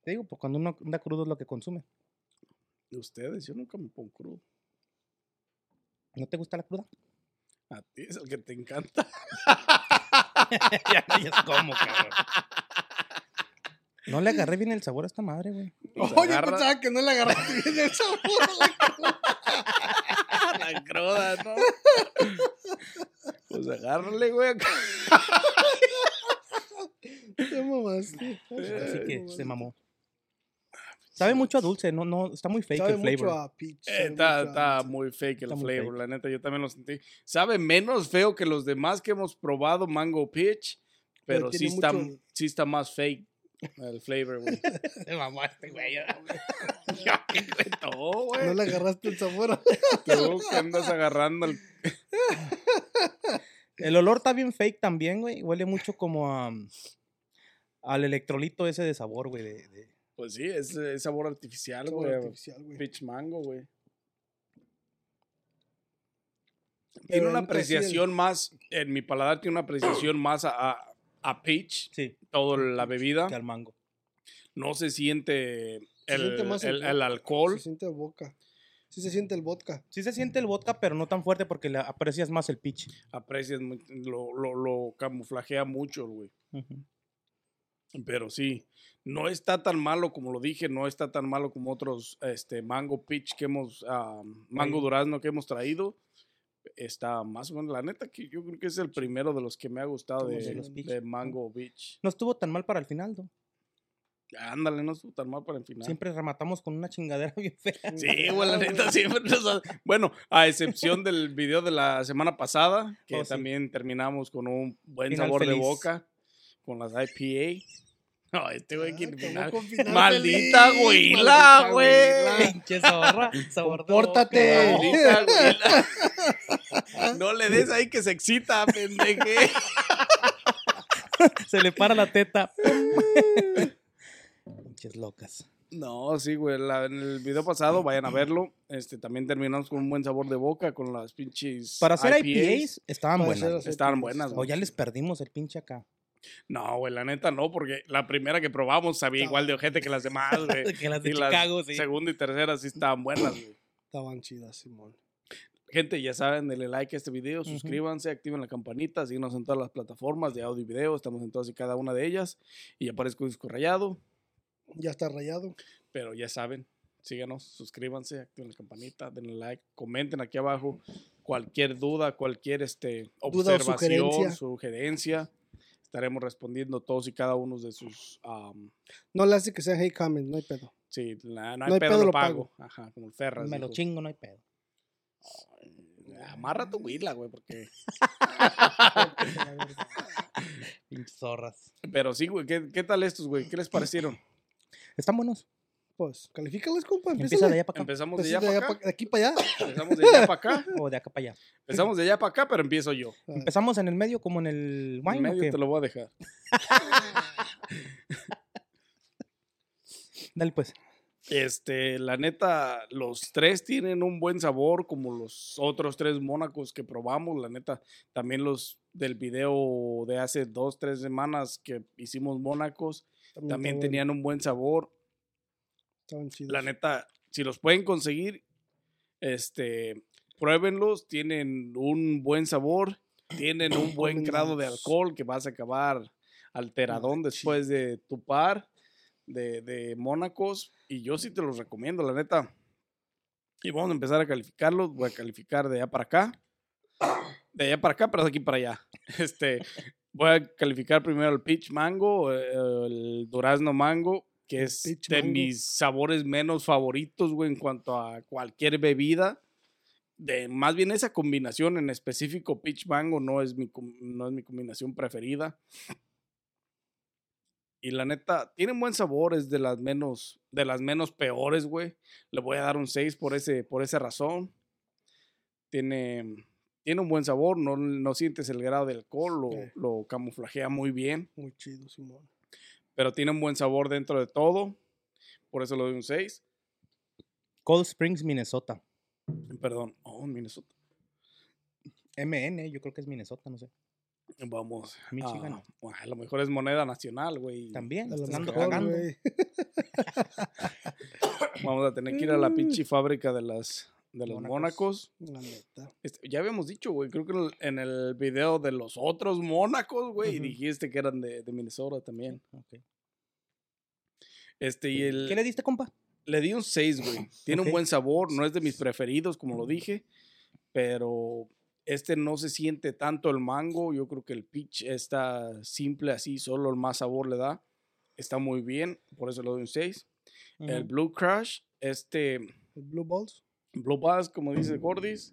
[SPEAKER 2] Te digo, pues cuando uno anda crudo es lo que consume.
[SPEAKER 3] De ustedes, yo nunca me pongo crudo.
[SPEAKER 2] ¿No te gusta la cruda?
[SPEAKER 3] A ti es el que te encanta.
[SPEAKER 2] ya no hayas cómo, cabrón. No le agarré bien el sabor a esta madre, güey.
[SPEAKER 3] Nos
[SPEAKER 1] Oye,
[SPEAKER 3] Pues agarra-
[SPEAKER 1] pensaba que no le agarraste bien el sabor.
[SPEAKER 3] La cruda, ¿no? pues agárrale, güey. acá.
[SPEAKER 1] Te mamaste.
[SPEAKER 2] Así
[SPEAKER 1] Te
[SPEAKER 2] que se
[SPEAKER 1] mamaste.
[SPEAKER 2] mamó. Sabe mucho a dulce, no, no, está muy fake
[SPEAKER 1] Sabe
[SPEAKER 2] el flavor.
[SPEAKER 1] mucho a peach.
[SPEAKER 3] Eh,
[SPEAKER 1] sabe mucho
[SPEAKER 3] está,
[SPEAKER 1] a
[SPEAKER 3] está
[SPEAKER 1] dulce.
[SPEAKER 3] muy fake el
[SPEAKER 2] Está muy
[SPEAKER 3] flavor,
[SPEAKER 2] fake.
[SPEAKER 3] la neta, yo también lo sentí. Sabe menos feo que los demás que hemos probado, Mango Peach, pero,
[SPEAKER 1] Pero
[SPEAKER 3] sí,
[SPEAKER 1] tiene
[SPEAKER 3] está,
[SPEAKER 1] mucho-
[SPEAKER 3] sí está más fake el flavor, güey.
[SPEAKER 2] Se mamó este güey.
[SPEAKER 3] ¿Qué cuento, güey?
[SPEAKER 1] No le agarraste el sabor.
[SPEAKER 3] Tú que andas agarrando el...
[SPEAKER 2] El olor está bien fake también, güey. Huele mucho como a, mm, al electrolito ese de sabor, güey. de- de-
[SPEAKER 3] Pues sí, es, es sabor artificial,
[SPEAKER 1] Sabor
[SPEAKER 3] güey.
[SPEAKER 1] artificial, güey.
[SPEAKER 3] Peach Mango, güey.
[SPEAKER 1] Pero
[SPEAKER 3] Tiene una
[SPEAKER 1] nunca así el-
[SPEAKER 3] apreciación más, en mi paladar tiene una apreciación más a, a, a peach,
[SPEAKER 2] Sí,
[SPEAKER 3] toda la bebida.
[SPEAKER 2] que al mango.
[SPEAKER 3] No se siente el,
[SPEAKER 1] Se siente más el-
[SPEAKER 3] el- el alcohol.
[SPEAKER 1] Se siente boca. Sí se siente el vodka.
[SPEAKER 2] Sí se siente el vodka, pero no tan fuerte porque le aprecias más el pitch.
[SPEAKER 3] Aprecias, mu- lo, lo, lo camuflajea mucho, güey. Pero sí, no está tan malo como lo dije, no está tan malo como otros este, mango peach que hemos, ah, mango
[SPEAKER 2] Traído.
[SPEAKER 3] durazno que hemos traído. Está más o menos, la neta que yo creo que es el primero de los que me ha gustado
[SPEAKER 2] Como
[SPEAKER 3] de,
[SPEAKER 2] de los peach.
[SPEAKER 3] de mango peach.
[SPEAKER 2] No estuvo tan mal para el final, ¿no?
[SPEAKER 3] Ándale, no estuvo tan mal para el final.
[SPEAKER 2] Siempre rematamos con una chingadera bien fea.
[SPEAKER 3] Sí, güey, la neta siempre nos ha- Bueno, a excepción del video de la semana pasada, que
[SPEAKER 2] Oh, sí.
[SPEAKER 3] también terminamos con un buen
[SPEAKER 2] Final
[SPEAKER 3] sabor de
[SPEAKER 2] feliz.
[SPEAKER 3] boca, con las IPA. No, este güey
[SPEAKER 1] Ah,
[SPEAKER 3] que
[SPEAKER 1] acabó
[SPEAKER 3] final-
[SPEAKER 1] con final
[SPEAKER 3] ¡Maldita
[SPEAKER 1] feliz,
[SPEAKER 3] güeyla,
[SPEAKER 1] maldita
[SPEAKER 3] güey!
[SPEAKER 1] güeyla.
[SPEAKER 2] Pinche zorra, sabor de boca.
[SPEAKER 1] Compórtate.
[SPEAKER 3] Maldita güeyla. No le des ahí que se excita, pendeje.
[SPEAKER 2] Se le para la teta. Pinches locas.
[SPEAKER 3] No, sí, güey. la- en el video pasado, vayan a verlo. Este, también terminamos con un buen sabor de boca con las pinches.
[SPEAKER 2] Para hacer IPAs, estaban
[SPEAKER 1] Para
[SPEAKER 2] buenas.
[SPEAKER 1] hacer
[SPEAKER 2] güey.
[SPEAKER 1] las
[SPEAKER 3] Estaban
[SPEAKER 1] IPAs.
[SPEAKER 3] buenas,
[SPEAKER 2] O ya les perdimos el pinche acá.
[SPEAKER 3] No, güey, la neta no, porque la primera que probamos sabía igual de ojete que las demás, güey.
[SPEAKER 2] Que las de
[SPEAKER 3] Y las
[SPEAKER 2] Chicago, sí.
[SPEAKER 3] segunda y tercera sí estaban buenas, güey.
[SPEAKER 1] Estaban chidas, Simón.
[SPEAKER 3] Gente, ya saben, denle like a este video, suscríbanse, activen la campanita, síguenos en todas las plataformas de audio y video, estamos en todas y cada una de ellas. Y ya parezco disco rayado,
[SPEAKER 1] Ya está rayado.
[SPEAKER 3] pero ya saben, síganos, suscríbanse, activen la campanita, denle like, comenten aquí abajo cualquier duda, cualquier este,
[SPEAKER 1] Duda o
[SPEAKER 3] observación,
[SPEAKER 1] sugerencia.
[SPEAKER 3] sugerencia. Estaremos respondiendo todos y cada uno de sus... am,
[SPEAKER 1] No le hace que sea hate comment, no hay pedo.
[SPEAKER 3] sí, la- no hay pedo, lo pago. Ajá, como el Ferras.
[SPEAKER 2] Me lo
[SPEAKER 3] dijo.
[SPEAKER 2] chingo, no hay pedo.
[SPEAKER 3] Amarra tu huila, güey, porque...
[SPEAKER 2] Pinches zorras.
[SPEAKER 3] Pero sí, güey, ¿qué, ¿qué tal estos, güey? ¿Qué les parecieron?
[SPEAKER 2] Están buenos.
[SPEAKER 1] Pues, califícalas, compa.
[SPEAKER 2] Empieza de
[SPEAKER 1] empiézale.
[SPEAKER 2] allá para acá.
[SPEAKER 3] Empezamos Pues de
[SPEAKER 1] Empieza
[SPEAKER 3] allá
[SPEAKER 1] de,
[SPEAKER 3] para
[SPEAKER 1] allá
[SPEAKER 3] acá.
[SPEAKER 1] pa- de aquí para allá.
[SPEAKER 3] Empezamos de allá para acá.
[SPEAKER 2] O de acá para allá.
[SPEAKER 3] Empezamos de allá para acá, pero empiezo yo.
[SPEAKER 2] Empezamos en el medio, como en el
[SPEAKER 3] En
[SPEAKER 2] wine. ¿o
[SPEAKER 3] medio
[SPEAKER 2] qué?
[SPEAKER 3] te lo voy a dejar.
[SPEAKER 2] Dale, pues.
[SPEAKER 3] Este, la neta, los tres tienen un buen sabor, como los otros tres Mónacos que probamos. La neta, también los del video de hace dos, tres semanas que hicimos Mónacos,
[SPEAKER 1] Mm,
[SPEAKER 3] también
[SPEAKER 1] estaban-
[SPEAKER 3] tenían un buen sabor.
[SPEAKER 1] Estaban chidos.
[SPEAKER 3] La neta, si los pueden conseguir, este, pruébenlos, tienen un buen sabor, tienen un buen grado de alcohol que vas a acabar alteradón después de tu par de, de Mónacos. Y yo sí te los recomiendo, la neta. Y vamos a empezar a calificarlos. Voy a calificar de allá para acá. De allá para acá, pero de aquí para allá. Este, voy a calificar primero el peach mango, eh, el durazno mango, que es
[SPEAKER 1] peach
[SPEAKER 3] de
[SPEAKER 1] mango.
[SPEAKER 3] mis sabores menos favoritos, güey, en cuanto a cualquier bebida. De, más bien esa combinación en específico, peach mango, no es mi, com- no es mi combinación preferida. Y la neta, tienen buen sabor, es de las menos, de las menos peores, güey. Le voy a dar un 6 por, ese, por esa razón. Tiene, tiene un buen sabor, no, no sientes el grado de alcohol, lo,
[SPEAKER 1] Sí.
[SPEAKER 3] lo camuflajea muy bien,
[SPEAKER 1] Muy chido, Simón.
[SPEAKER 3] pero tiene un buen sabor dentro de todo. Por eso le doy un 6.
[SPEAKER 2] Cold Springs, Minnesota.
[SPEAKER 3] Perdón, oh, Minnesota.
[SPEAKER 2] MN, yo creo que es Minnesota, no sé.
[SPEAKER 3] Vamos.
[SPEAKER 2] Michigan.
[SPEAKER 3] ah, bueno, a lo mejor es moneda nacional, güey.
[SPEAKER 2] También,
[SPEAKER 1] A
[SPEAKER 2] la
[SPEAKER 1] lo
[SPEAKER 2] están ando
[SPEAKER 1] mejor,
[SPEAKER 2] cagando.
[SPEAKER 1] güey.
[SPEAKER 3] Vamos a tener que ir a la pinche fábrica de las de los
[SPEAKER 2] Mm. Mónacos.
[SPEAKER 3] Mónacos.
[SPEAKER 1] La neta.
[SPEAKER 3] Este, ya habíamos dicho, güey, creo que en el, en el video de los otros Mónacos, güey,
[SPEAKER 2] Ujú.
[SPEAKER 3] dijiste que eran de, de Minnesota también.
[SPEAKER 2] Ok.
[SPEAKER 3] Este, y el,
[SPEAKER 2] ¿Qué le diste, compa?
[SPEAKER 3] le di un 6, güey. Tiene
[SPEAKER 2] Ok.
[SPEAKER 3] un buen sabor, no es de mis preferidos, como lo dije, pero este no se siente tanto el mango. Yo creo que el peach está simple así, solo el más sabor le da. Está muy bien, por eso le doy un 6. El
[SPEAKER 2] Ujú.
[SPEAKER 3] Blue Crash, este
[SPEAKER 1] El Blue Balls.
[SPEAKER 3] Blue Balls, como dice Gordis,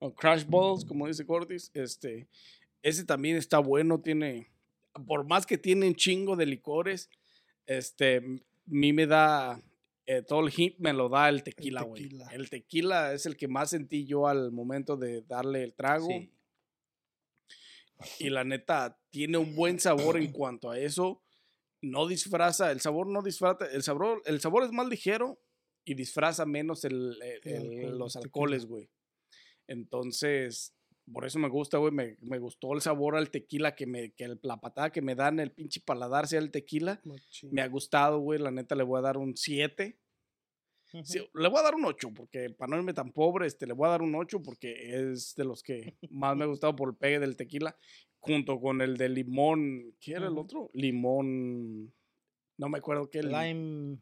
[SPEAKER 3] o Crash Balls, como dice Gordis, este, ese también está bueno, tiene, por más que tiene un chingo de licores, este, m- mí me da, eh, todo el hit me lo da el tequila, güey. El,
[SPEAKER 1] tequila.
[SPEAKER 3] tequila es el que más sentí yo al momento de darle el trago.
[SPEAKER 2] Sí.
[SPEAKER 3] Y la neta, tiene un buen sabor en cuanto a eso. No disfraza, el sabor no disfraza, el sabor, el sabor es más ligero y disfraza menos el, el-
[SPEAKER 1] El
[SPEAKER 3] el-
[SPEAKER 1] alcohol,
[SPEAKER 3] los
[SPEAKER 1] el tequila.
[SPEAKER 3] alcoholes, güey. Entonces, por eso me gusta, güey, me, me gustó el sabor al tequila, que, me, que el- la patada que me dan el pinche paladar sea el tequila.
[SPEAKER 1] Machín.
[SPEAKER 3] Me ha gustado, güey, la neta le voy a dar un 7.
[SPEAKER 2] Ujú.
[SPEAKER 3] Sí, le voy a dar un 8, porque para no irme tan pobre, este, le voy a dar un 8 porque es de los que más me ha gustado por el pegue del tequila, junto con el de limón. ¿Qué era el
[SPEAKER 2] Ujú.
[SPEAKER 3] otro? Limón. No me acuerdo qué. lim-
[SPEAKER 2] Lime.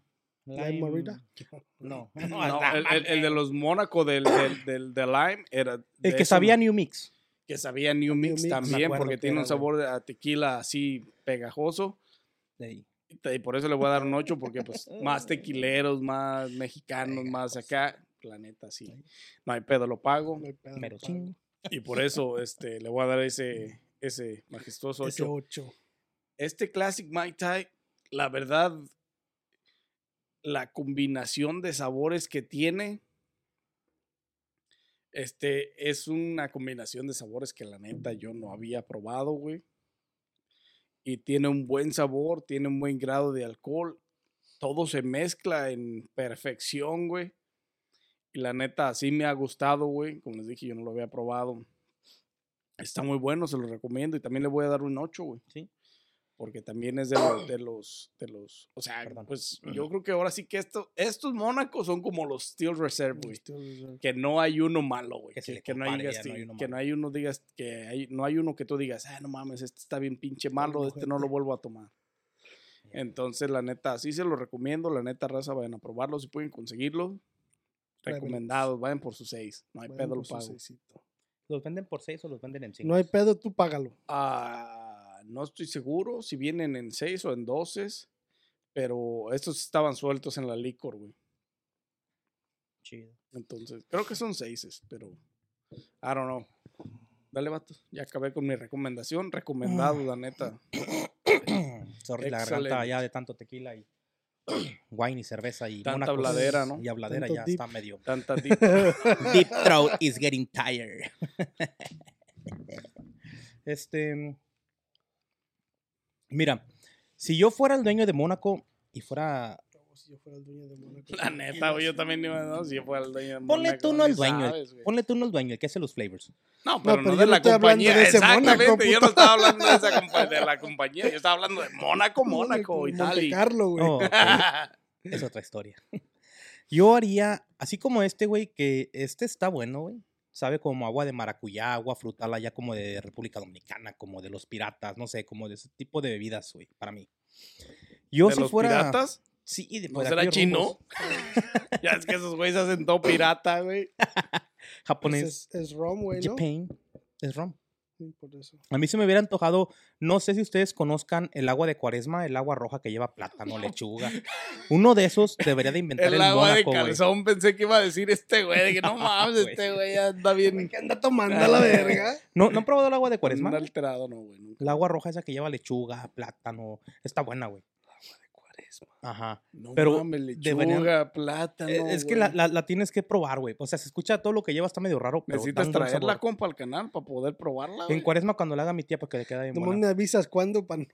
[SPEAKER 1] Lime Morita.
[SPEAKER 2] No. Ah,
[SPEAKER 3] No, el, el- el de los Mónaco del, del, del- de Lime era. de
[SPEAKER 2] El que
[SPEAKER 3] ese
[SPEAKER 2] sabía
[SPEAKER 3] me-
[SPEAKER 2] New Mix.
[SPEAKER 3] Que sabía New Mix,
[SPEAKER 1] Mix. Me
[SPEAKER 3] también,
[SPEAKER 2] acuerdo
[SPEAKER 3] porque
[SPEAKER 2] que
[SPEAKER 3] tiene
[SPEAKER 2] era,
[SPEAKER 3] un
[SPEAKER 2] güey.
[SPEAKER 3] sabor a tequila así pegajoso.
[SPEAKER 2] De ahí.
[SPEAKER 3] Y te- y por eso le voy a dar un 8, porque pues más tequileros, más mexicanos, más acá. Planeta, sí. No hay pedo, lo pago.
[SPEAKER 1] No hay pedo,
[SPEAKER 2] Mero
[SPEAKER 1] compadre.
[SPEAKER 2] chingo.
[SPEAKER 3] Y por eso este, le voy a dar ese, ese majestuoso
[SPEAKER 1] Ese
[SPEAKER 3] 8.
[SPEAKER 1] ocho.
[SPEAKER 3] Este Classic Mai Tai, la verdad, la combinación de sabores que tiene Este es una combinación de sabores que la neta yo no había probado, güey. Y tiene un buen sabor, tiene un buen grado de alcohol. Todo se mezcla en perfección, güey. Y la neta, así me ha gustado, güey. Como les dije, yo no lo había probado. Está muy bueno, se lo recomiendo. Y también le voy a dar un 8, güey.
[SPEAKER 2] Sí.
[SPEAKER 3] Porque también es de los, de los, de los- o sea,
[SPEAKER 2] Perdón.
[SPEAKER 3] pues yo creo que ahora sí que esto, estos Mónacos son como los Steel Reserve, güey
[SPEAKER 1] Este
[SPEAKER 3] que no hay uno malo, güey.
[SPEAKER 2] Que
[SPEAKER 3] Que,
[SPEAKER 2] se le
[SPEAKER 3] que no,
[SPEAKER 2] compare,
[SPEAKER 3] digas,
[SPEAKER 2] ya no hay uno
[SPEAKER 3] que
[SPEAKER 2] malo.
[SPEAKER 3] no hay uno digas que hay- no hay uno que tú digas, ah, no mames, este está bien pinche malo, este no lo vuelvo a tomar. Entonces, la neta, sí se lo recomiendo, la neta raza, vayan a probarlo, si pueden conseguirlo.
[SPEAKER 1] Tráemelos.
[SPEAKER 3] Recomendados, vayan por sus seis. No hay pedo, lo pago.
[SPEAKER 2] ¿Los venden por seis o los venden en cinco?
[SPEAKER 1] No hay pedo, tú págalo.
[SPEAKER 3] Ah, no estoy seguro si vienen en seis o en doces, pero estos estaban sueltos en la licor, güey.
[SPEAKER 2] Chido.
[SPEAKER 3] Entonces, creo que son seises, pero I don't know. Dale, vato. Ya acabé con mi recomendación. Recomendado, la neta.
[SPEAKER 2] Sorry, la garganta
[SPEAKER 3] Excelente.
[SPEAKER 2] ya de tanto tequila y wine y cerveza y
[SPEAKER 3] Tanta
[SPEAKER 2] Mónacos
[SPEAKER 3] habladera, ¿no?
[SPEAKER 2] Y habladera
[SPEAKER 1] Tanto
[SPEAKER 2] ya
[SPEAKER 1] deep.
[SPEAKER 2] está medio.
[SPEAKER 3] Tanta di-
[SPEAKER 2] Deep throat is getting tired. este. Mira, si yo fuera el dueño de Mónaco y fuera.
[SPEAKER 1] Si yo fuera el dueño de Mónaco.
[SPEAKER 3] La neta, güey, yo también iba a no, si yo fuera el dueño de
[SPEAKER 2] Ponle
[SPEAKER 3] Mónaco,
[SPEAKER 2] tú no
[SPEAKER 3] ni
[SPEAKER 2] el dueño. el-
[SPEAKER 3] sabes, güey.
[SPEAKER 2] ponle tú no el dueño, el que hace los flavors.
[SPEAKER 3] No, pero no,
[SPEAKER 1] pero
[SPEAKER 3] de
[SPEAKER 1] yo no
[SPEAKER 3] la
[SPEAKER 1] estoy hablando
[SPEAKER 3] compañía.
[SPEAKER 1] de ese Mónaco,
[SPEAKER 3] Exactamente, yo no
[SPEAKER 1] puto.
[SPEAKER 3] estaba hablando de, esa compa- de la compañía. Yo estaba hablando de Mónaco, Mónaco,
[SPEAKER 1] Monte
[SPEAKER 3] Italia.
[SPEAKER 1] Carlo, güey.
[SPEAKER 2] Oh, ok. Es otra historia. Yo haría, así como este, güey, que este está bueno, güey. Sabe como agua de maracuyá, agua frutal allá como de República Dominicana, como de los piratas, no sé, como de ese tipo de bebidas, güey, para mí. Yo
[SPEAKER 3] de
[SPEAKER 2] si
[SPEAKER 3] los
[SPEAKER 2] fuera...
[SPEAKER 3] piratas.
[SPEAKER 2] Sí, y de,
[SPEAKER 3] ¿No
[SPEAKER 2] pues, de
[SPEAKER 3] será
[SPEAKER 2] aquellos
[SPEAKER 3] chino?
[SPEAKER 2] rumbos
[SPEAKER 3] ya es que esos güeyes se hacen todo pirata, güey.
[SPEAKER 1] Pues
[SPEAKER 2] Japonés,
[SPEAKER 1] Es, es rom, güey, ¿no?
[SPEAKER 2] Japan, es rom.
[SPEAKER 1] Sí, por eso.
[SPEAKER 2] A mí se me hubiera antojado, no sé si ustedes conozcan el agua de cuaresma, el agua roja que lleva plátano, lechuga. Uno de esos debería de inventar el,
[SPEAKER 3] El agua de
[SPEAKER 2] Mónaco, güey.
[SPEAKER 3] calzón pensé que iba a decir este güey. de que no mames,
[SPEAKER 2] Güey.
[SPEAKER 3] este güey ya anda bien.
[SPEAKER 1] ¿Qué anda tomando a
[SPEAKER 3] Ah.
[SPEAKER 1] la verga?
[SPEAKER 2] ¿No, ¿No han probado el agua de cuaresma?
[SPEAKER 3] No alterado, no, güey. Nunca.
[SPEAKER 2] La agua roja esa que lleva lechuga, plátano. Está buena, güey.
[SPEAKER 3] de cuaresma.
[SPEAKER 2] Ajá.
[SPEAKER 3] No
[SPEAKER 2] Pero
[SPEAKER 3] mames, lechuga,
[SPEAKER 2] deberían-
[SPEAKER 3] plátano.
[SPEAKER 2] Eh, es que
[SPEAKER 3] Ah, güey.
[SPEAKER 2] la, la- la tienes que probar, güey. O sea, se escucha todo lo que lleva, está medio raro. Pero da
[SPEAKER 3] Necesitas
[SPEAKER 2] un buen
[SPEAKER 3] traerla,
[SPEAKER 2] sabor.
[SPEAKER 3] compa, al canal para poder probarla.
[SPEAKER 2] En
[SPEAKER 3] güey.
[SPEAKER 2] cuaresma cuando la haga mi tía porque le queda bien
[SPEAKER 1] Nomás
[SPEAKER 2] buena.
[SPEAKER 1] me avisas cuándo, pan.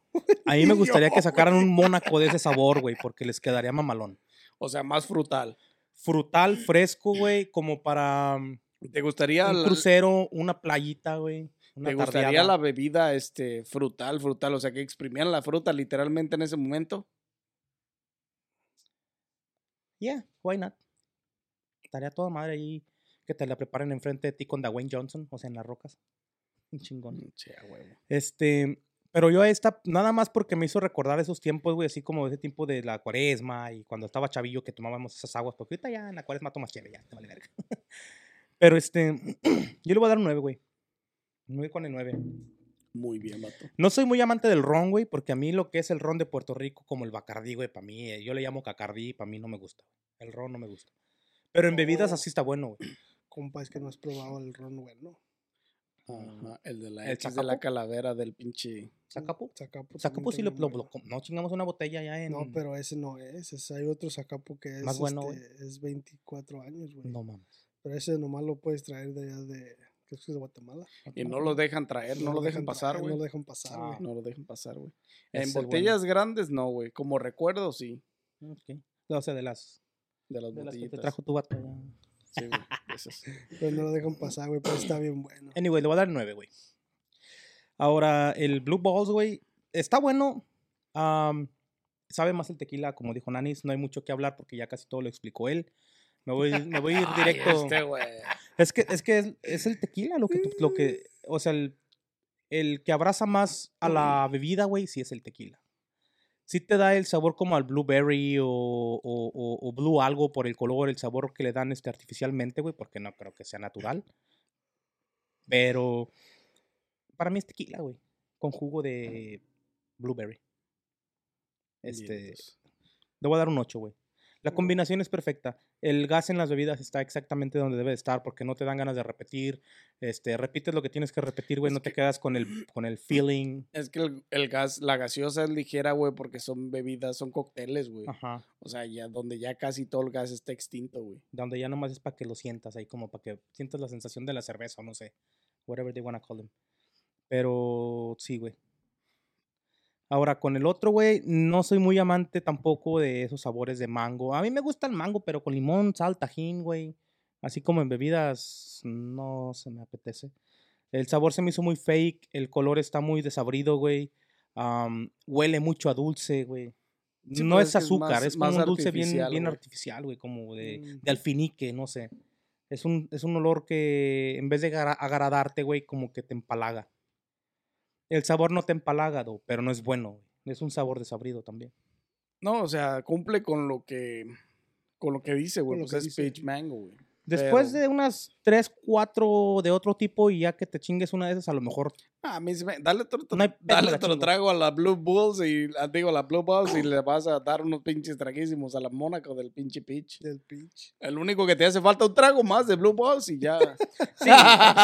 [SPEAKER 2] A mí me gustaría que
[SPEAKER 1] Yo,
[SPEAKER 2] sacaran un mónaco de ese sabor, güey, porque les quedaría mamalón.
[SPEAKER 3] O sea, más frutal.
[SPEAKER 2] Frutal, fresco, güey, como para um,
[SPEAKER 3] ¿Te gustaría,
[SPEAKER 2] un
[SPEAKER 3] la,
[SPEAKER 2] crucero, una playita, güey. Una
[SPEAKER 3] ¿te gustaría
[SPEAKER 2] tardeada.
[SPEAKER 3] la bebida este, frutal, frutal? O sea, que exprimían la fruta literalmente en ese momento.
[SPEAKER 2] Yeah, why not? Estaría toda madre ahí que te la preparen enfrente de ti con Dwayne Johnson, o sea, en las rocas. Un chingón.
[SPEAKER 3] Sí, a huevo.
[SPEAKER 2] Este, pero yo a esta, nada más porque me hizo recordar esos tiempos, güey, así como ese tiempo de la cuaresma y cuando estaba chavillo que tomábamos esas aguas, porque ahorita ya en la cuaresma tomas chévere, ya, te vale verga. Pero este, yo le voy a dar un 9, güey. 9 con el 9.
[SPEAKER 3] Muy bien, vato.
[SPEAKER 2] No soy muy amante del ron, güey, porque a mí lo que es el ron de Puerto Rico, como el bacardí, güey, para mí, eh, yo le llamo cacardí, para mí no me gusta. El ron no me gusta. Pero en bebidas
[SPEAKER 1] Oh.
[SPEAKER 2] así está bueno, güey.
[SPEAKER 1] Compa, es que no has probado el ron, güey, ¿no?
[SPEAKER 3] Ajá, el de la
[SPEAKER 2] ¿El
[SPEAKER 3] X de la
[SPEAKER 2] zacapo?
[SPEAKER 3] calavera del pinche.
[SPEAKER 2] ¿Sacapo?
[SPEAKER 1] Zacapo.
[SPEAKER 2] Sacapo
[SPEAKER 1] también
[SPEAKER 2] sí lo,
[SPEAKER 1] tengo
[SPEAKER 2] lo,
[SPEAKER 1] uno.
[SPEAKER 2] lo- No chingamos una botella ya en...
[SPEAKER 1] No, pero ese no es. ese- hay otro Zacapo que es,
[SPEAKER 2] Más bueno, güey.
[SPEAKER 1] este, es 24 años, güey.
[SPEAKER 2] No mames.
[SPEAKER 1] Pero ese nomás lo puedes traer de allá de, creo que es de Guatemala.
[SPEAKER 3] Y no lo dejan traer, no, lo dejan pasar,
[SPEAKER 1] traer,
[SPEAKER 3] güey.
[SPEAKER 1] No lo dejan pasar,
[SPEAKER 2] Ah,
[SPEAKER 1] güey.
[SPEAKER 3] No lo dejan pasar, güey.
[SPEAKER 2] Ese
[SPEAKER 3] En
[SPEAKER 2] es el bueno.
[SPEAKER 3] botellas grandes, no, güey. Como recuerdo, sí.
[SPEAKER 2] Ok. O sea, de las,
[SPEAKER 3] De las
[SPEAKER 2] de las que te
[SPEAKER 3] botellitas.
[SPEAKER 2] trajo tu vato.
[SPEAKER 3] Sí, güey. esas.
[SPEAKER 1] Pero no lo dejan pasar, güey, pero está bien bueno.
[SPEAKER 2] Anyway, le voy a dar 9, güey. Ahora, el Blue Balls, güey, está bueno. am, sabe más el tequila, como dijo Nanis. No hay mucho que hablar porque ya casi todo lo explicó él. Me voy, me voy a ir
[SPEAKER 3] Ay,
[SPEAKER 2] directo.
[SPEAKER 3] este, güey.
[SPEAKER 2] Es que, es, que es, es el tequila lo que, tú- lo que. O sea, el, el que abraza más a la bebida, güey, sí es el tequila. Sí te da el sabor como al blueberry o, o- o- o blue algo por el color, el sabor que le dan este artificialmente, güey, porque no creo que sea natural. Pero para mí es tequila, güey, con jugo de blueberry. Este,
[SPEAKER 3] Vientos.
[SPEAKER 2] le voy a dar un 8, güey. La combinación es perfecta. El gas en las bebidas está exactamente donde debe de estar porque no te dan ganas de repetir. Este, repites lo que tienes que repetir, güey.
[SPEAKER 3] Es
[SPEAKER 2] No te
[SPEAKER 3] que-
[SPEAKER 2] quedas con el, con el feeling.
[SPEAKER 3] Es que el, el gas, la gaseosa es ligera, güey, porque son bebidas, son cócteles, güey.
[SPEAKER 2] Ajá.
[SPEAKER 3] O sea, ya donde ya casi todo el gas está extinto, güey.
[SPEAKER 2] Donde ya nomás es para que lo sientas ahí, como para que sientas la sensación de la cerveza, o no sé. Whatever they wanna call them. Pero sí, güey. Ahora, con el otro, güey, no soy muy amante tampoco de esos sabores de mango. A mí me gusta el mango, pero con limón, sal, tajín, güey. Así como en bebidas, no se me apetece. El sabor se me hizo muy fake, el color está muy desabrido, güey. am, huele mucho a dulce, güey.
[SPEAKER 3] Sí,
[SPEAKER 2] no
[SPEAKER 3] pues
[SPEAKER 2] es
[SPEAKER 3] es que es
[SPEAKER 2] azúcar,
[SPEAKER 3] más-
[SPEAKER 2] es, como
[SPEAKER 3] más
[SPEAKER 2] un dulce bien,
[SPEAKER 3] artificial,
[SPEAKER 2] bien
[SPEAKER 3] güey.
[SPEAKER 2] artificial, güey, como de,
[SPEAKER 3] Mm.
[SPEAKER 2] de alfinique, no sé. Es un, es un olor que en vez de agra- agradarte, güey, como que te empalaga. El sabor no te empalaga, though, pero no es bueno, güey. Es un sabor desabrido también.
[SPEAKER 3] No, o sea, cumple con lo que con lo que dice,
[SPEAKER 1] Con
[SPEAKER 3] güey.
[SPEAKER 1] lo
[SPEAKER 3] Pues
[SPEAKER 1] que
[SPEAKER 3] es
[SPEAKER 1] dice.
[SPEAKER 3] peach mango, güey.
[SPEAKER 2] Después
[SPEAKER 3] Pero-
[SPEAKER 2] de unas 3, 4 de otro tipo y ya que te chingues una de esas, a lo mejor
[SPEAKER 3] Ah, A mí se me... Dale otro,
[SPEAKER 2] No hay pedo,
[SPEAKER 3] dale
[SPEAKER 2] la
[SPEAKER 3] otro
[SPEAKER 2] chingo.
[SPEAKER 3] trago a la Blue Bulls y... ah, Digo, a la Blue Bulls y le vas a dar unos pinches traguísimos a la Mónaco del pinche peach.
[SPEAKER 1] Del pitch.
[SPEAKER 3] El único que te hace falta un trago más de Blue Balls y ya.
[SPEAKER 2] Sí,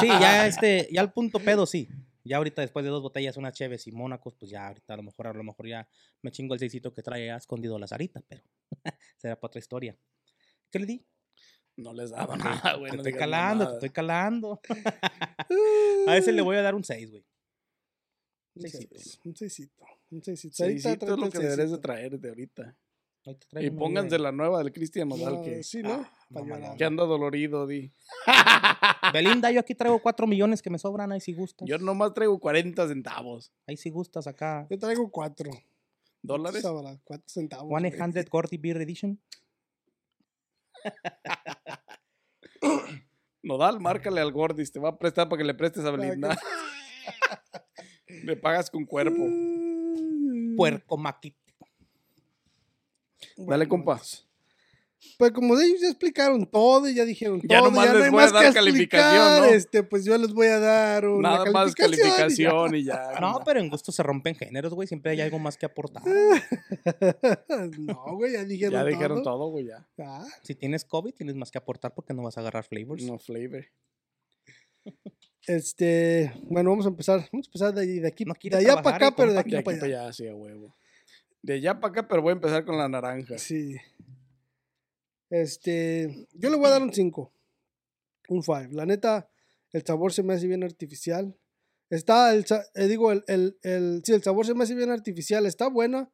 [SPEAKER 2] sí, ya este, ya al punto pedo, sí. Ya ahorita después de dos botellas, una Cheves y Mónacos, pues ya ahorita a lo mejor, a lo mejor ya me chingo el seisito que trae ya escondido la zarita, pero será para otra historia. ¿Qué le di?
[SPEAKER 3] No les daba nada, güey.
[SPEAKER 2] te
[SPEAKER 3] no
[SPEAKER 2] estoy
[SPEAKER 3] digas
[SPEAKER 2] calando, te
[SPEAKER 3] mamadas.
[SPEAKER 2] estoy calando. a ese le voy a dar un 6, güey.
[SPEAKER 1] Un
[SPEAKER 2] Seisito.
[SPEAKER 1] seis- pues, Un seisito. Un seisito.
[SPEAKER 3] Seisito es
[SPEAKER 1] tráete
[SPEAKER 3] lo
[SPEAKER 1] el
[SPEAKER 3] que deberías de
[SPEAKER 1] seisito.
[SPEAKER 3] traer de ahorita.
[SPEAKER 2] Ahí te traigo
[SPEAKER 3] Y
[SPEAKER 2] una
[SPEAKER 3] pónganse
[SPEAKER 2] ayuda
[SPEAKER 3] la nueva del Cristian Nodal
[SPEAKER 1] No,
[SPEAKER 3] que,
[SPEAKER 1] Sí, ¿no?
[SPEAKER 2] Ah,
[SPEAKER 1] Pa' llorar.
[SPEAKER 2] mamalón.
[SPEAKER 3] que anda dolorido, di.
[SPEAKER 2] ahí. Belinda, yo aquí traigo 4 millones que me sobran, ahí si gustas.
[SPEAKER 3] Yo nomás traigo 40 centavos.
[SPEAKER 2] Ahí si gustas acá.
[SPEAKER 1] Yo traigo cuatro.
[SPEAKER 3] ¿Dólares?
[SPEAKER 1] Sabrá, cuatro centavos. güey.
[SPEAKER 2] 100 Gordy Beer Edition.
[SPEAKER 3] Nodal, márcale al Gordis, te va a prestar para que le prestes a Belinda. le pagas con cuerpo. Mm.
[SPEAKER 2] Puerco maquito.
[SPEAKER 3] Dale, compa.
[SPEAKER 1] Pues como ellos ya explicaron todo y ya dijeron
[SPEAKER 3] Ya
[SPEAKER 1] todo,
[SPEAKER 3] nomás
[SPEAKER 1] no
[SPEAKER 3] les
[SPEAKER 1] hay
[SPEAKER 3] voy a
[SPEAKER 1] más
[SPEAKER 3] dar
[SPEAKER 1] que
[SPEAKER 3] calificación,
[SPEAKER 1] explicar,
[SPEAKER 3] ¿no?
[SPEAKER 1] este, pues yo les voy a dar una
[SPEAKER 3] Nada más calificación y ya.
[SPEAKER 2] No, pues, pero en gusto se rompen géneros, güey. Siempre hay algo más que aportar.
[SPEAKER 1] calificación. no, güey, ya dijeron
[SPEAKER 3] ya
[SPEAKER 1] todo.
[SPEAKER 3] dijeron todo, güey, ya.
[SPEAKER 1] Ah,
[SPEAKER 2] Si tienes COVID, tienes más que aportar porque no vas a agarrar flavors.
[SPEAKER 3] No flavor.
[SPEAKER 1] este, bueno, vamos a empezar, vamos a empezar de, de aquí,
[SPEAKER 2] No
[SPEAKER 1] de
[SPEAKER 2] quiere
[SPEAKER 1] allá para
[SPEAKER 2] trabajar el
[SPEAKER 1] acá, pero de
[SPEAKER 2] compa.
[SPEAKER 1] aquí
[SPEAKER 3] De aquí
[SPEAKER 1] para
[SPEAKER 3] para
[SPEAKER 1] allá.
[SPEAKER 3] allá, sí, a huevo. De allá para acá, pero voy a empezar con la naranja.
[SPEAKER 1] Sí. Este, yo le voy a dar un 5. Un 5. La neta, el sabor se me hace bien artificial. Está, el, sa- eh, digo, el, el, el- sí, el sabor se me hace bien artificial. Está buena.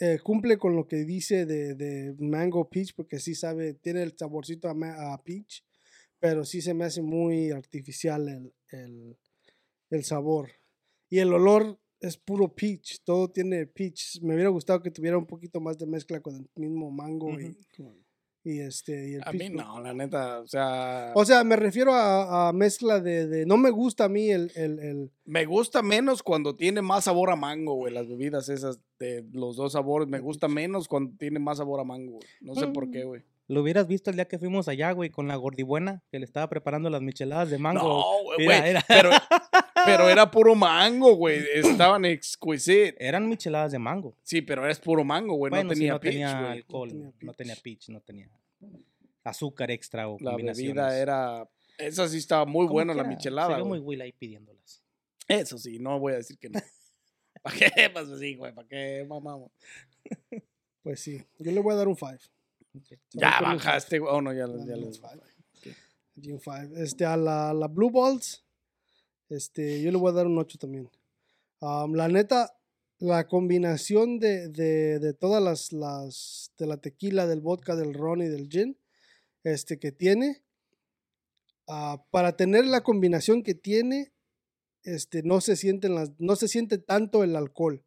[SPEAKER 1] eh, cumple con lo que dice de, de mango peach, porque sí sabe, tiene el saborcito a, ma- a peach, pero sí se me hace muy artificial el, el, el sabor. Y el olor es puro peach, todo tiene peach. Me hubiera gustado que tuviera un poquito más de mezcla con el mismo mango y- y, este y el
[SPEAKER 3] A
[SPEAKER 1] peach,
[SPEAKER 3] mí
[SPEAKER 1] ¿no?
[SPEAKER 3] no, la neta. O sea,
[SPEAKER 1] O sea, me refiero a, a mezcla de, de- No me gusta a mí el... el, el-
[SPEAKER 3] me gusta menos cuando tiene más sabor a mango, güey. Las bebidas esas de los dos sabores. Me gusta menos cuando tiene más sabor a mango, güey. No sé por qué, güey.
[SPEAKER 2] Lo hubieras visto el día que fuimos allá, güey, con la gordibuena que le estaba preparando las micheladas de mango.
[SPEAKER 3] No, güey,
[SPEAKER 2] Mira,
[SPEAKER 3] güey,
[SPEAKER 2] era-
[SPEAKER 3] Pero, pero era puro mango, güey. Estaban exquisite.
[SPEAKER 2] Eran micheladas de mango.
[SPEAKER 3] Sí, pero es puro mango, güey. Pues,
[SPEAKER 2] bueno,
[SPEAKER 3] no
[SPEAKER 2] sí,
[SPEAKER 3] tenía
[SPEAKER 2] no
[SPEAKER 3] peach,
[SPEAKER 2] tenía
[SPEAKER 3] güey.
[SPEAKER 2] alcohol,
[SPEAKER 1] tenía
[SPEAKER 2] no
[SPEAKER 1] peach.
[SPEAKER 2] tenía peach, no tenía azúcar extra o
[SPEAKER 3] La
[SPEAKER 2] combinaciones.
[SPEAKER 3] bebida era... Esa sí estaba muy
[SPEAKER 2] Como
[SPEAKER 3] buena, la
[SPEAKER 2] quiera,
[SPEAKER 3] michelada,
[SPEAKER 2] sería muy
[SPEAKER 3] güey.
[SPEAKER 2] Will ahí pidiéndolas.
[SPEAKER 3] Eso sí, no voy a decir que no. ¿Para qué? Pues sí, güey. ¿Para qué, mamamos?
[SPEAKER 1] Pues sí, yo le voy a dar un 5.
[SPEAKER 3] Ya bajaste, güey. Oh, no, ya, ya les...
[SPEAKER 1] Un 5. Este, a la, la Blue Balls, este, yo le voy a dar un 8 también. Am, la neta, la combinación de, de, de todas las, las... De la tequila, del vodka, del ron y del gin, este, que tiene, ah, para tener la combinación que tiene, este, no se sienten las, no se siente tanto el alcohol.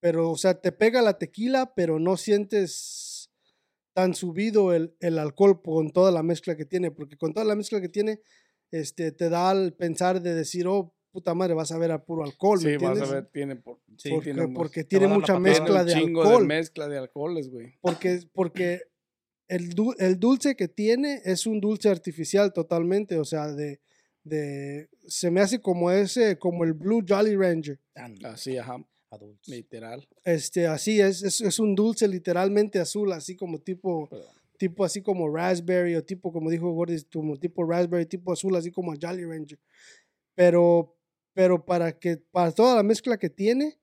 [SPEAKER 1] Pero, o sea, te pega la tequila, pero no sientes tan subido el, el alcohol con toda la mezcla que tiene, porque con toda la mezcla que tiene, este, te da el pensar de decir, oh, puta madre, vas a ver a puro alcohol, ¿me
[SPEAKER 3] Sí, vas
[SPEAKER 1] entiendes?
[SPEAKER 3] a ver, tiene... Por... Sí,
[SPEAKER 1] porque,
[SPEAKER 3] tiene un-
[SPEAKER 1] porque
[SPEAKER 2] te va
[SPEAKER 1] tiene
[SPEAKER 2] a dar la
[SPEAKER 1] mucha
[SPEAKER 2] patada.
[SPEAKER 1] mezcla
[SPEAKER 3] Tiene
[SPEAKER 1] de
[SPEAKER 3] un chingo
[SPEAKER 1] alcohol.
[SPEAKER 3] de mezcla de alcoholes, güey.
[SPEAKER 1] porque, porque el, du- el dulce que tiene es un dulce artificial totalmente, o sea, de, de se me hace como ese, como el Blue Jolly Ranger.
[SPEAKER 2] Ándale.
[SPEAKER 3] Así, ajá.
[SPEAKER 2] adultos.
[SPEAKER 3] Literal.
[SPEAKER 1] Este, así es, es, es un dulce literalmente azul, así como tipo, tipo así como raspberry o tipo, como dijo Gordis, como tipo raspberry, tipo azul, así como Jolly Ranger. Pero, pero para que, para toda la mezcla que tiene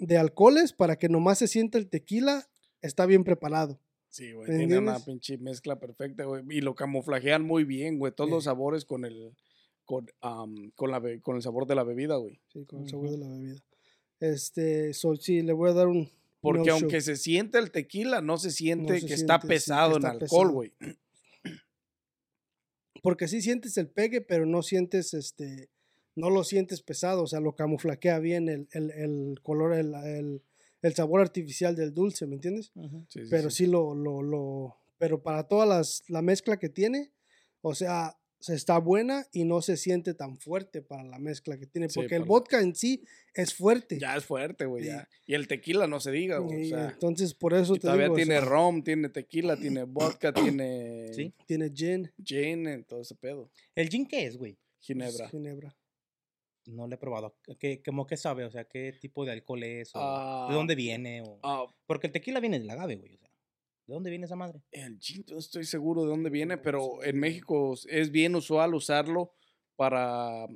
[SPEAKER 1] de alcoholes, para que nomás se sienta el tequila, está bien preparado.
[SPEAKER 3] Sí, güey.
[SPEAKER 1] ¿Me
[SPEAKER 3] Tiene una
[SPEAKER 1] entiendes?
[SPEAKER 3] pinche mezcla perfecta, güey. Y lo camuflajean muy bien, güey. Todos los sabores con el. Con, am, con, la, be- con el sabor de la bebida, güey.
[SPEAKER 1] Sí, con el sabor de la bebida. Este, so, sí, le voy a dar un.
[SPEAKER 3] Porque
[SPEAKER 1] no
[SPEAKER 3] aunque
[SPEAKER 1] show.
[SPEAKER 3] se siente el tequila, no se siente
[SPEAKER 1] se
[SPEAKER 3] que está
[SPEAKER 1] siente, sí, que
[SPEAKER 3] pesado
[SPEAKER 1] está
[SPEAKER 3] en alcohol,
[SPEAKER 1] pesado.
[SPEAKER 3] güey.
[SPEAKER 1] Porque sí sientes el pegue, pero no sientes este. No lo sientes pesado, o sea, lo camuflaquea bien el, el, el color, el, el, el sabor artificial del dulce, ¿me entiendes?
[SPEAKER 3] Sí, sí,
[SPEAKER 1] Pero
[SPEAKER 3] sí.
[SPEAKER 1] sí lo, lo, lo. Pero para toda las, la mezcla que tiene, o sea, se está buena y no se siente tan fuerte para la mezcla que tiene.
[SPEAKER 3] Sí,
[SPEAKER 1] Porque el
[SPEAKER 3] para-
[SPEAKER 1] vodka en sí es fuerte.
[SPEAKER 3] Ya es fuerte, güey.
[SPEAKER 1] Sí.
[SPEAKER 3] ya. Y el tequila no se diga, güey.
[SPEAKER 1] Y
[SPEAKER 3] o sea,
[SPEAKER 1] entonces, por eso
[SPEAKER 3] y
[SPEAKER 1] te
[SPEAKER 3] todavía
[SPEAKER 1] digo, o
[SPEAKER 3] tiene
[SPEAKER 1] sea,
[SPEAKER 3] rom, tiene tequila, tiene vodka, tiene
[SPEAKER 2] Sí.
[SPEAKER 1] tiene gin,
[SPEAKER 3] gin, eh, todo ese pedo.
[SPEAKER 2] ¿El gin qué es, güey?
[SPEAKER 3] Ginebra.
[SPEAKER 1] pues, ginebra.
[SPEAKER 2] No lo he probado. ¿Qué, ¿Cómo que sabe? O sea, ¿qué tipo de alcohol es? O
[SPEAKER 3] Ah.
[SPEAKER 2] ¿De dónde viene? O...
[SPEAKER 3] Ah,
[SPEAKER 2] Porque el tequila viene del agave, güey. O sea, ¿De dónde viene esa madre?
[SPEAKER 3] el gin, no estoy seguro de dónde viene, pero en México es bien usual usarlo para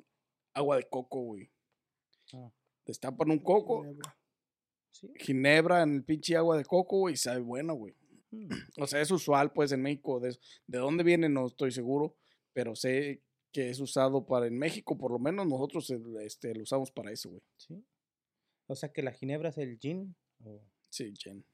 [SPEAKER 3] agua de coco, güey.
[SPEAKER 2] Ah.
[SPEAKER 3] Destapan un coco,
[SPEAKER 1] ginebra.
[SPEAKER 2] Sí.
[SPEAKER 3] ginebra en el pinche agua de coco, güey, y sabe bueno, güey.
[SPEAKER 2] Mm.
[SPEAKER 3] O sea, es usual, pues, en México. De, de dónde viene no estoy seguro, pero sé que es usado para en México, por lo menos nosotros eh, este, lo usamos para eso, güey.
[SPEAKER 2] Sí. O sea, que la ginebra es el gin. o-
[SPEAKER 3] Sí, gin.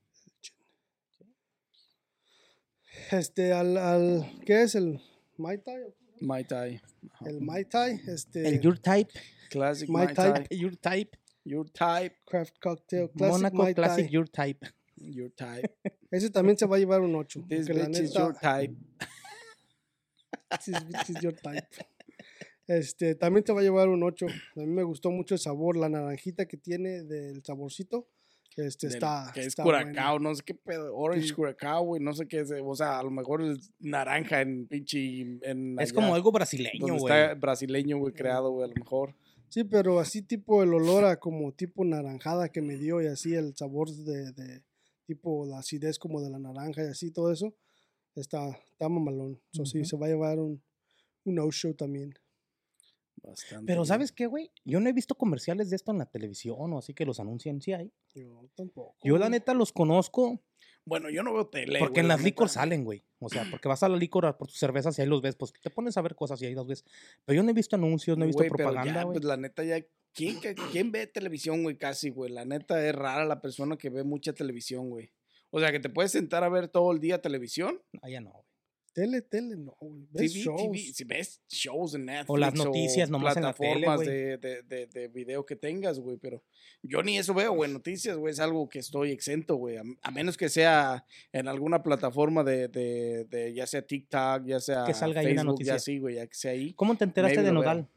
[SPEAKER 1] Este, al, al, ¿qué es el Mai Tai?
[SPEAKER 3] Mai Tai. Ajá.
[SPEAKER 1] El Mai Tai, este,
[SPEAKER 2] El your type.
[SPEAKER 3] Classic
[SPEAKER 1] Mai
[SPEAKER 3] Mai,
[SPEAKER 1] Tai.
[SPEAKER 3] tai.
[SPEAKER 2] Your type.
[SPEAKER 3] Your type.
[SPEAKER 1] Craft Cocktail Classic
[SPEAKER 2] Mónaco
[SPEAKER 1] Mai
[SPEAKER 2] Classic
[SPEAKER 1] Tai.
[SPEAKER 2] Your Type.
[SPEAKER 3] Your type.
[SPEAKER 1] Ese también se va a llevar un 8.
[SPEAKER 3] This bitch is your type.
[SPEAKER 1] This bitch is your type. Este, también te va a llevar un 8. A mí me gustó mucho el sabor, la naranjita que tiene del saborcito. Este,
[SPEAKER 3] del-
[SPEAKER 1] está.
[SPEAKER 3] que es
[SPEAKER 1] está
[SPEAKER 3] curacao,
[SPEAKER 1] bueno.
[SPEAKER 3] no sé qué pedo, orange
[SPEAKER 1] Sí.
[SPEAKER 3] curacao, güey, no sé qué es, eh, o sea, a lo mejor es naranja en pinche en
[SPEAKER 2] Es
[SPEAKER 3] allá,
[SPEAKER 2] como algo
[SPEAKER 3] Ah, donde
[SPEAKER 2] brasileño,
[SPEAKER 3] está
[SPEAKER 2] güey.
[SPEAKER 3] brasileño, güey, creado, güey, a lo mejor.
[SPEAKER 1] Sí, pero así tipo el olor a como tipo naranjada que me dio y así el sabor de, de tipo la acidez como de la naranja y así todo eso. Está, está mamalón. So, sí,
[SPEAKER 2] Ujú.
[SPEAKER 1] se va a llevar un, un out-show también.
[SPEAKER 3] Bastante.
[SPEAKER 2] Pero
[SPEAKER 3] güey.
[SPEAKER 2] ¿sabes qué, güey? Yo no he visto comerciales de esto en la televisión o así que los anuncian, sí hay.
[SPEAKER 1] Yo tampoco.
[SPEAKER 2] Yo la neta los conozco
[SPEAKER 3] Bueno, yo no veo tele,
[SPEAKER 2] porque
[SPEAKER 3] güey,
[SPEAKER 2] en
[SPEAKER 3] la
[SPEAKER 2] las licor
[SPEAKER 3] neta.
[SPEAKER 2] salen, güey. O sea, porque vas a la licor a por tus cervezas y ahí los ves, pues te pones a ver cosas y ahí los ves. Pero yo no he visto anuncios, no he visto
[SPEAKER 3] Güey, pero
[SPEAKER 2] propaganda,
[SPEAKER 3] ya,
[SPEAKER 2] güey.
[SPEAKER 3] Pues la neta ya ¿quién, que- quién ve televisión, güey, casi, güey? La neta es rara la persona que ve mucha televisión, güey. O sea, que te puedes sentar a ver todo el día televisión.
[SPEAKER 2] Ah, ya no, güey.
[SPEAKER 1] Tele, tele, no, güey.
[SPEAKER 3] TV,
[SPEAKER 1] Ves shows.
[SPEAKER 3] TV, si ves shows en Netflix.
[SPEAKER 2] las noticias nomás en la tele,
[SPEAKER 3] plataformas
[SPEAKER 2] güey.
[SPEAKER 3] de, de, de, de video que tengas, güey. Pero yo ni eso veo, güey. Noticias, güey, es algo que estoy exento, güey. A, a menos que sea en alguna plataforma de, de, de ya sea TikTok, ya sea
[SPEAKER 2] Que salga ahí
[SPEAKER 3] Facebook, ya
[SPEAKER 2] una noticia.
[SPEAKER 3] así, güey, ya que sea ahí.
[SPEAKER 2] ¿Cómo te enteraste
[SPEAKER 3] Maybe
[SPEAKER 2] de
[SPEAKER 3] lo veo.
[SPEAKER 2] Nodal?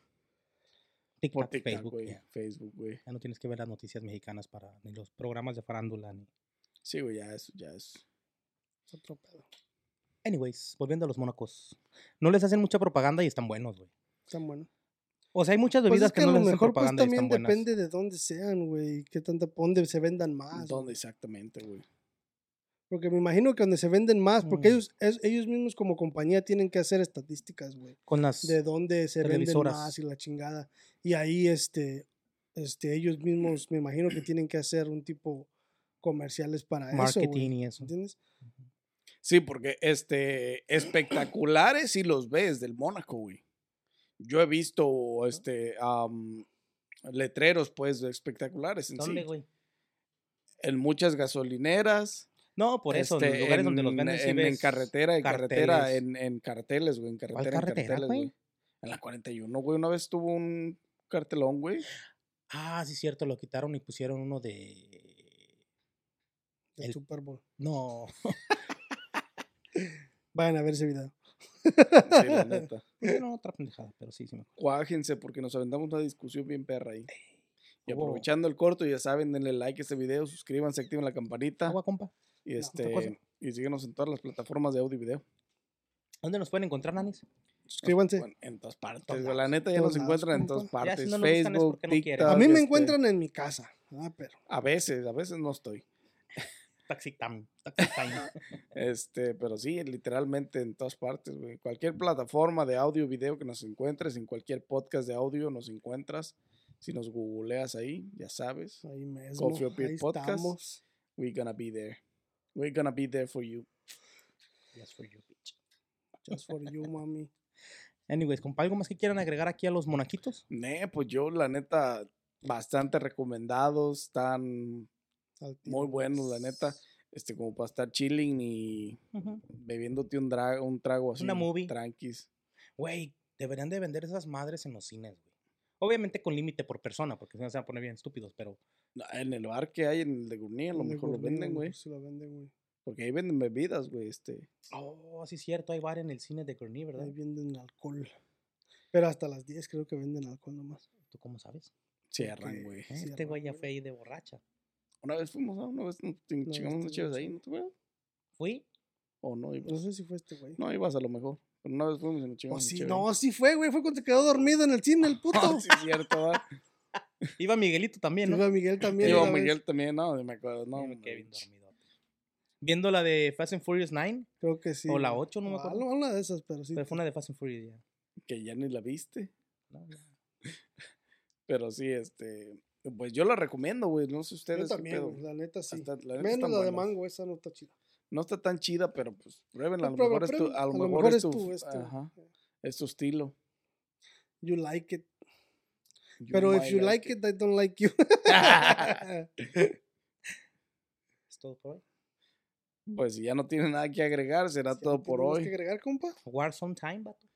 [SPEAKER 3] Por
[SPEAKER 2] TikTok,
[SPEAKER 3] TikTok,
[SPEAKER 2] Facebook.
[SPEAKER 3] güey.
[SPEAKER 2] ya.
[SPEAKER 3] Facebook, güey.
[SPEAKER 2] Ya no tienes que ver las noticias mexicanas para ni los programas de farándula ni.
[SPEAKER 3] Sí, güey, ya es, ya es.
[SPEAKER 1] Es otro pedo.
[SPEAKER 2] Anyways, volviendo a los monacos. No les hacen mucha propaganda y están buenos, güey.
[SPEAKER 1] Están buenos.
[SPEAKER 2] O sea, hay muchas
[SPEAKER 1] Pues
[SPEAKER 2] bebidas
[SPEAKER 1] es que,
[SPEAKER 2] que,
[SPEAKER 1] a
[SPEAKER 2] no
[SPEAKER 1] lo
[SPEAKER 2] les hacen
[SPEAKER 1] mejor pues
[SPEAKER 2] propaganda y
[SPEAKER 1] también
[SPEAKER 2] están buenas.
[SPEAKER 1] depende de dónde sean, güey. Qué tanta, dónde se vendan
[SPEAKER 2] Ah,
[SPEAKER 1] más.
[SPEAKER 3] ¿Dónde exactamente, güey?
[SPEAKER 1] Porque me imagino que donde se venden más, porque
[SPEAKER 2] Mm.
[SPEAKER 1] ellos, es- ellos mismos como compañía tienen que hacer estadísticas, güey.
[SPEAKER 2] Con las
[SPEAKER 1] De dónde se venden
[SPEAKER 2] Televisoras.
[SPEAKER 1] más y la chingada. Y ahí, este, este, ellos mismos me imagino que tienen que hacer un tipo comerciales para eso,
[SPEAKER 2] marketing
[SPEAKER 1] güey.
[SPEAKER 2] y eso.
[SPEAKER 1] ¿Entiendes?
[SPEAKER 3] Sí, porque este espectaculares si los ves del Mónaco, güey. Yo he visto este am, letreros pues espectaculares en sí.
[SPEAKER 2] ¿Dónde, güey?
[SPEAKER 3] En muchas gasolineras,
[SPEAKER 2] No, por eso, en los
[SPEAKER 3] este,
[SPEAKER 2] lugares donde los
[SPEAKER 3] en-
[SPEAKER 2] venden sí
[SPEAKER 3] en, en
[SPEAKER 2] ves
[SPEAKER 3] carretera, en carretera,
[SPEAKER 2] carteles.
[SPEAKER 3] en, en carteles, güey, en carretera, en
[SPEAKER 2] carretera,
[SPEAKER 3] carteles,
[SPEAKER 2] güey?
[SPEAKER 3] güey. En la 41, güey, una vez tuvo un cartelón, güey.
[SPEAKER 2] Ah, sí, cierto, lo quitaron y pusieron uno de.
[SPEAKER 1] El,
[SPEAKER 2] El-
[SPEAKER 1] Super Bowl.
[SPEAKER 2] No.
[SPEAKER 1] Vayan a ver ese video.
[SPEAKER 3] Sí, la neta.
[SPEAKER 2] Bueno, otra pendejada, pero sí, sí me acuerdo.
[SPEAKER 3] Cuájense porque nos aventamos una discusión bien perra ahí. Y
[SPEAKER 2] Hubo-
[SPEAKER 3] aprovechando el corto, ya saben, denle like a este video, suscríbanse, activen la campanita.
[SPEAKER 2] Agua, compa.
[SPEAKER 3] Y
[SPEAKER 1] No,
[SPEAKER 2] otra cosa.
[SPEAKER 3] este y síguenos en todas las plataformas de audio y video.
[SPEAKER 2] ¿Dónde nos pueden encontrar, nanis?
[SPEAKER 1] Suscríbanse.
[SPEAKER 3] Bueno, en todas partes. güey. La neta ya
[SPEAKER 1] Todos
[SPEAKER 3] nos
[SPEAKER 1] lados,
[SPEAKER 3] encuentran en
[SPEAKER 1] compa.
[SPEAKER 3] todas
[SPEAKER 2] Ya,
[SPEAKER 3] partes.
[SPEAKER 2] si no nos buscan es
[SPEAKER 3] Facebook,
[SPEAKER 2] porque no quieren.
[SPEAKER 3] TikTok.
[SPEAKER 1] a mí me
[SPEAKER 3] este,
[SPEAKER 1] encuentran en mi casa. Ah, pero.
[SPEAKER 3] A veces, a veces no estoy.
[SPEAKER 2] Taxi Tam, Taxi Time.
[SPEAKER 3] Este, pero sí, literalmente en todas partes, güey. Cualquier plataforma de audio, video que nos encuentres, en cualquier podcast de audio nos encuentras. Si nos googleas ahí, ya sabes.
[SPEAKER 1] Ahí mismo.
[SPEAKER 3] Coffee or Beer
[SPEAKER 1] ahí
[SPEAKER 3] Podcast.
[SPEAKER 1] estamos.
[SPEAKER 3] We're gonna be there. We're gonna be there for you.
[SPEAKER 2] Just for you, bitch.
[SPEAKER 1] Just for you, mami.
[SPEAKER 2] Anyways, compa, ¿algo más que quieran agregar aquí a los monaquitos?
[SPEAKER 3] Ne, pues yo, la neta, bastante recomendados. Están
[SPEAKER 1] Al tiro,
[SPEAKER 3] muy buenos, la
[SPEAKER 1] pues.
[SPEAKER 3] neta. Este, como para estar chilling y bebiéndote un, dra- un trago así.
[SPEAKER 2] Una movie.
[SPEAKER 3] Tranquis.
[SPEAKER 2] Güey, deberían de vender esas madres en los cines, güey. Obviamente con límite por persona, porque si no se van a poner bien estúpidos, pero
[SPEAKER 3] No, En el bar que hay, en el de Gurney, a lo
[SPEAKER 1] El de
[SPEAKER 3] mejor lo
[SPEAKER 1] Gourmet, pues,
[SPEAKER 3] venden, güey.
[SPEAKER 1] Sí, lo venden, güey.
[SPEAKER 3] Porque ahí venden bebidas, güey. Este.
[SPEAKER 2] Oh, sí es cierto, hay bar en el cine de Gurney, ¿verdad?
[SPEAKER 1] Ahí venden alcohol. Pero hasta las 10 creo que venden alcohol nomás.
[SPEAKER 2] ¿Tú cómo sabes?
[SPEAKER 3] Cierran, güey.
[SPEAKER 2] Eh,
[SPEAKER 1] Sí,
[SPEAKER 2] este güey ya
[SPEAKER 1] güey.
[SPEAKER 2] fue ahí de borracha.
[SPEAKER 3] Una vez fuimos, ¿no? Una vez nos ching-
[SPEAKER 1] No,
[SPEAKER 3] chingamos unas
[SPEAKER 1] estuvo
[SPEAKER 3] chéves ahí,
[SPEAKER 1] chido.
[SPEAKER 3] ¿no te acuerdas?
[SPEAKER 2] Fui,
[SPEAKER 3] ¿O no
[SPEAKER 1] No
[SPEAKER 3] ibas?
[SPEAKER 1] sé si fue este güey.
[SPEAKER 3] No ibas a lo mejor. Pero una vez fuimos y nos
[SPEAKER 1] Oh,
[SPEAKER 3] chingamos Ah,
[SPEAKER 1] sí, no, sí fue, güey. Fue cuando se quedó dormido en el cine, el puto.
[SPEAKER 3] Sí, es cierto, ¿verdad?
[SPEAKER 2] iba Miguelito también, ¿no?
[SPEAKER 1] Iba Miguel también.
[SPEAKER 3] Digo,
[SPEAKER 1] una vez.
[SPEAKER 3] Miguel también, no, ni me acuerdo. No,
[SPEAKER 2] Sí, me
[SPEAKER 3] hombre,
[SPEAKER 2] quedé bien
[SPEAKER 3] ch-
[SPEAKER 2] dormido. Viendo la de Fast and Furious 9,
[SPEAKER 1] Creo que sí.
[SPEAKER 2] o la
[SPEAKER 1] güey.
[SPEAKER 2] 8, no me acuerdo.
[SPEAKER 1] Algo- Una de esas, pero sí.
[SPEAKER 2] pero fue una de Fast and Furious ya.
[SPEAKER 3] que ya ni la viste.
[SPEAKER 2] No, ya.
[SPEAKER 3] Pero sí, este. Pues yo la recomiendo, güey. No sé ustedes.
[SPEAKER 1] Yo
[SPEAKER 3] qué
[SPEAKER 1] también,
[SPEAKER 3] pedo.
[SPEAKER 1] güey, la neta sí.
[SPEAKER 3] Hasta- la neta
[SPEAKER 1] Menos
[SPEAKER 3] están
[SPEAKER 1] la de
[SPEAKER 3] buenas.
[SPEAKER 1] mango, esa no está chida.
[SPEAKER 3] No está tan chida, pero pues pruébenla. A lo
[SPEAKER 1] Pero
[SPEAKER 3] mejor es tu.
[SPEAKER 1] prueba-
[SPEAKER 3] A lo mejor es tu.
[SPEAKER 1] es tu-
[SPEAKER 3] Ajá. Es tu estilo.
[SPEAKER 1] You like it.
[SPEAKER 3] You
[SPEAKER 1] Pero if
[SPEAKER 3] might
[SPEAKER 1] you like it, I don't like you.
[SPEAKER 2] ¿Es todo por hoy?
[SPEAKER 3] Pues si ya no tiene nada que agregar, será todo por
[SPEAKER 1] ¿Tenemos que
[SPEAKER 3] hoy.
[SPEAKER 1] agregar, compa?
[SPEAKER 2] Warzone Time, vato.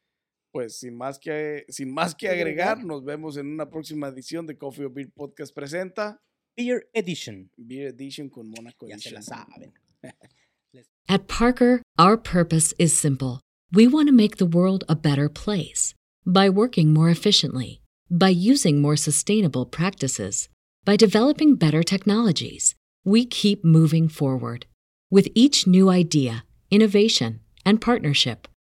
[SPEAKER 3] Pues sin más que sin más que
[SPEAKER 1] que agregar.
[SPEAKER 3] agregar, nos vemos en una próxima edición de Coffee or Beer Podcast presenta
[SPEAKER 2] Beer Edition.
[SPEAKER 3] Beer Edition con Monaco
[SPEAKER 2] Ya se
[SPEAKER 3] Edition.
[SPEAKER 2] la saben.
[SPEAKER 4] At Parker, our purpose is simple. We want to make the world a better place by working more efficiently, by using more sustainable practices, by developing better technologies. We keep moving forward. With each new idea, innovation, and partnership,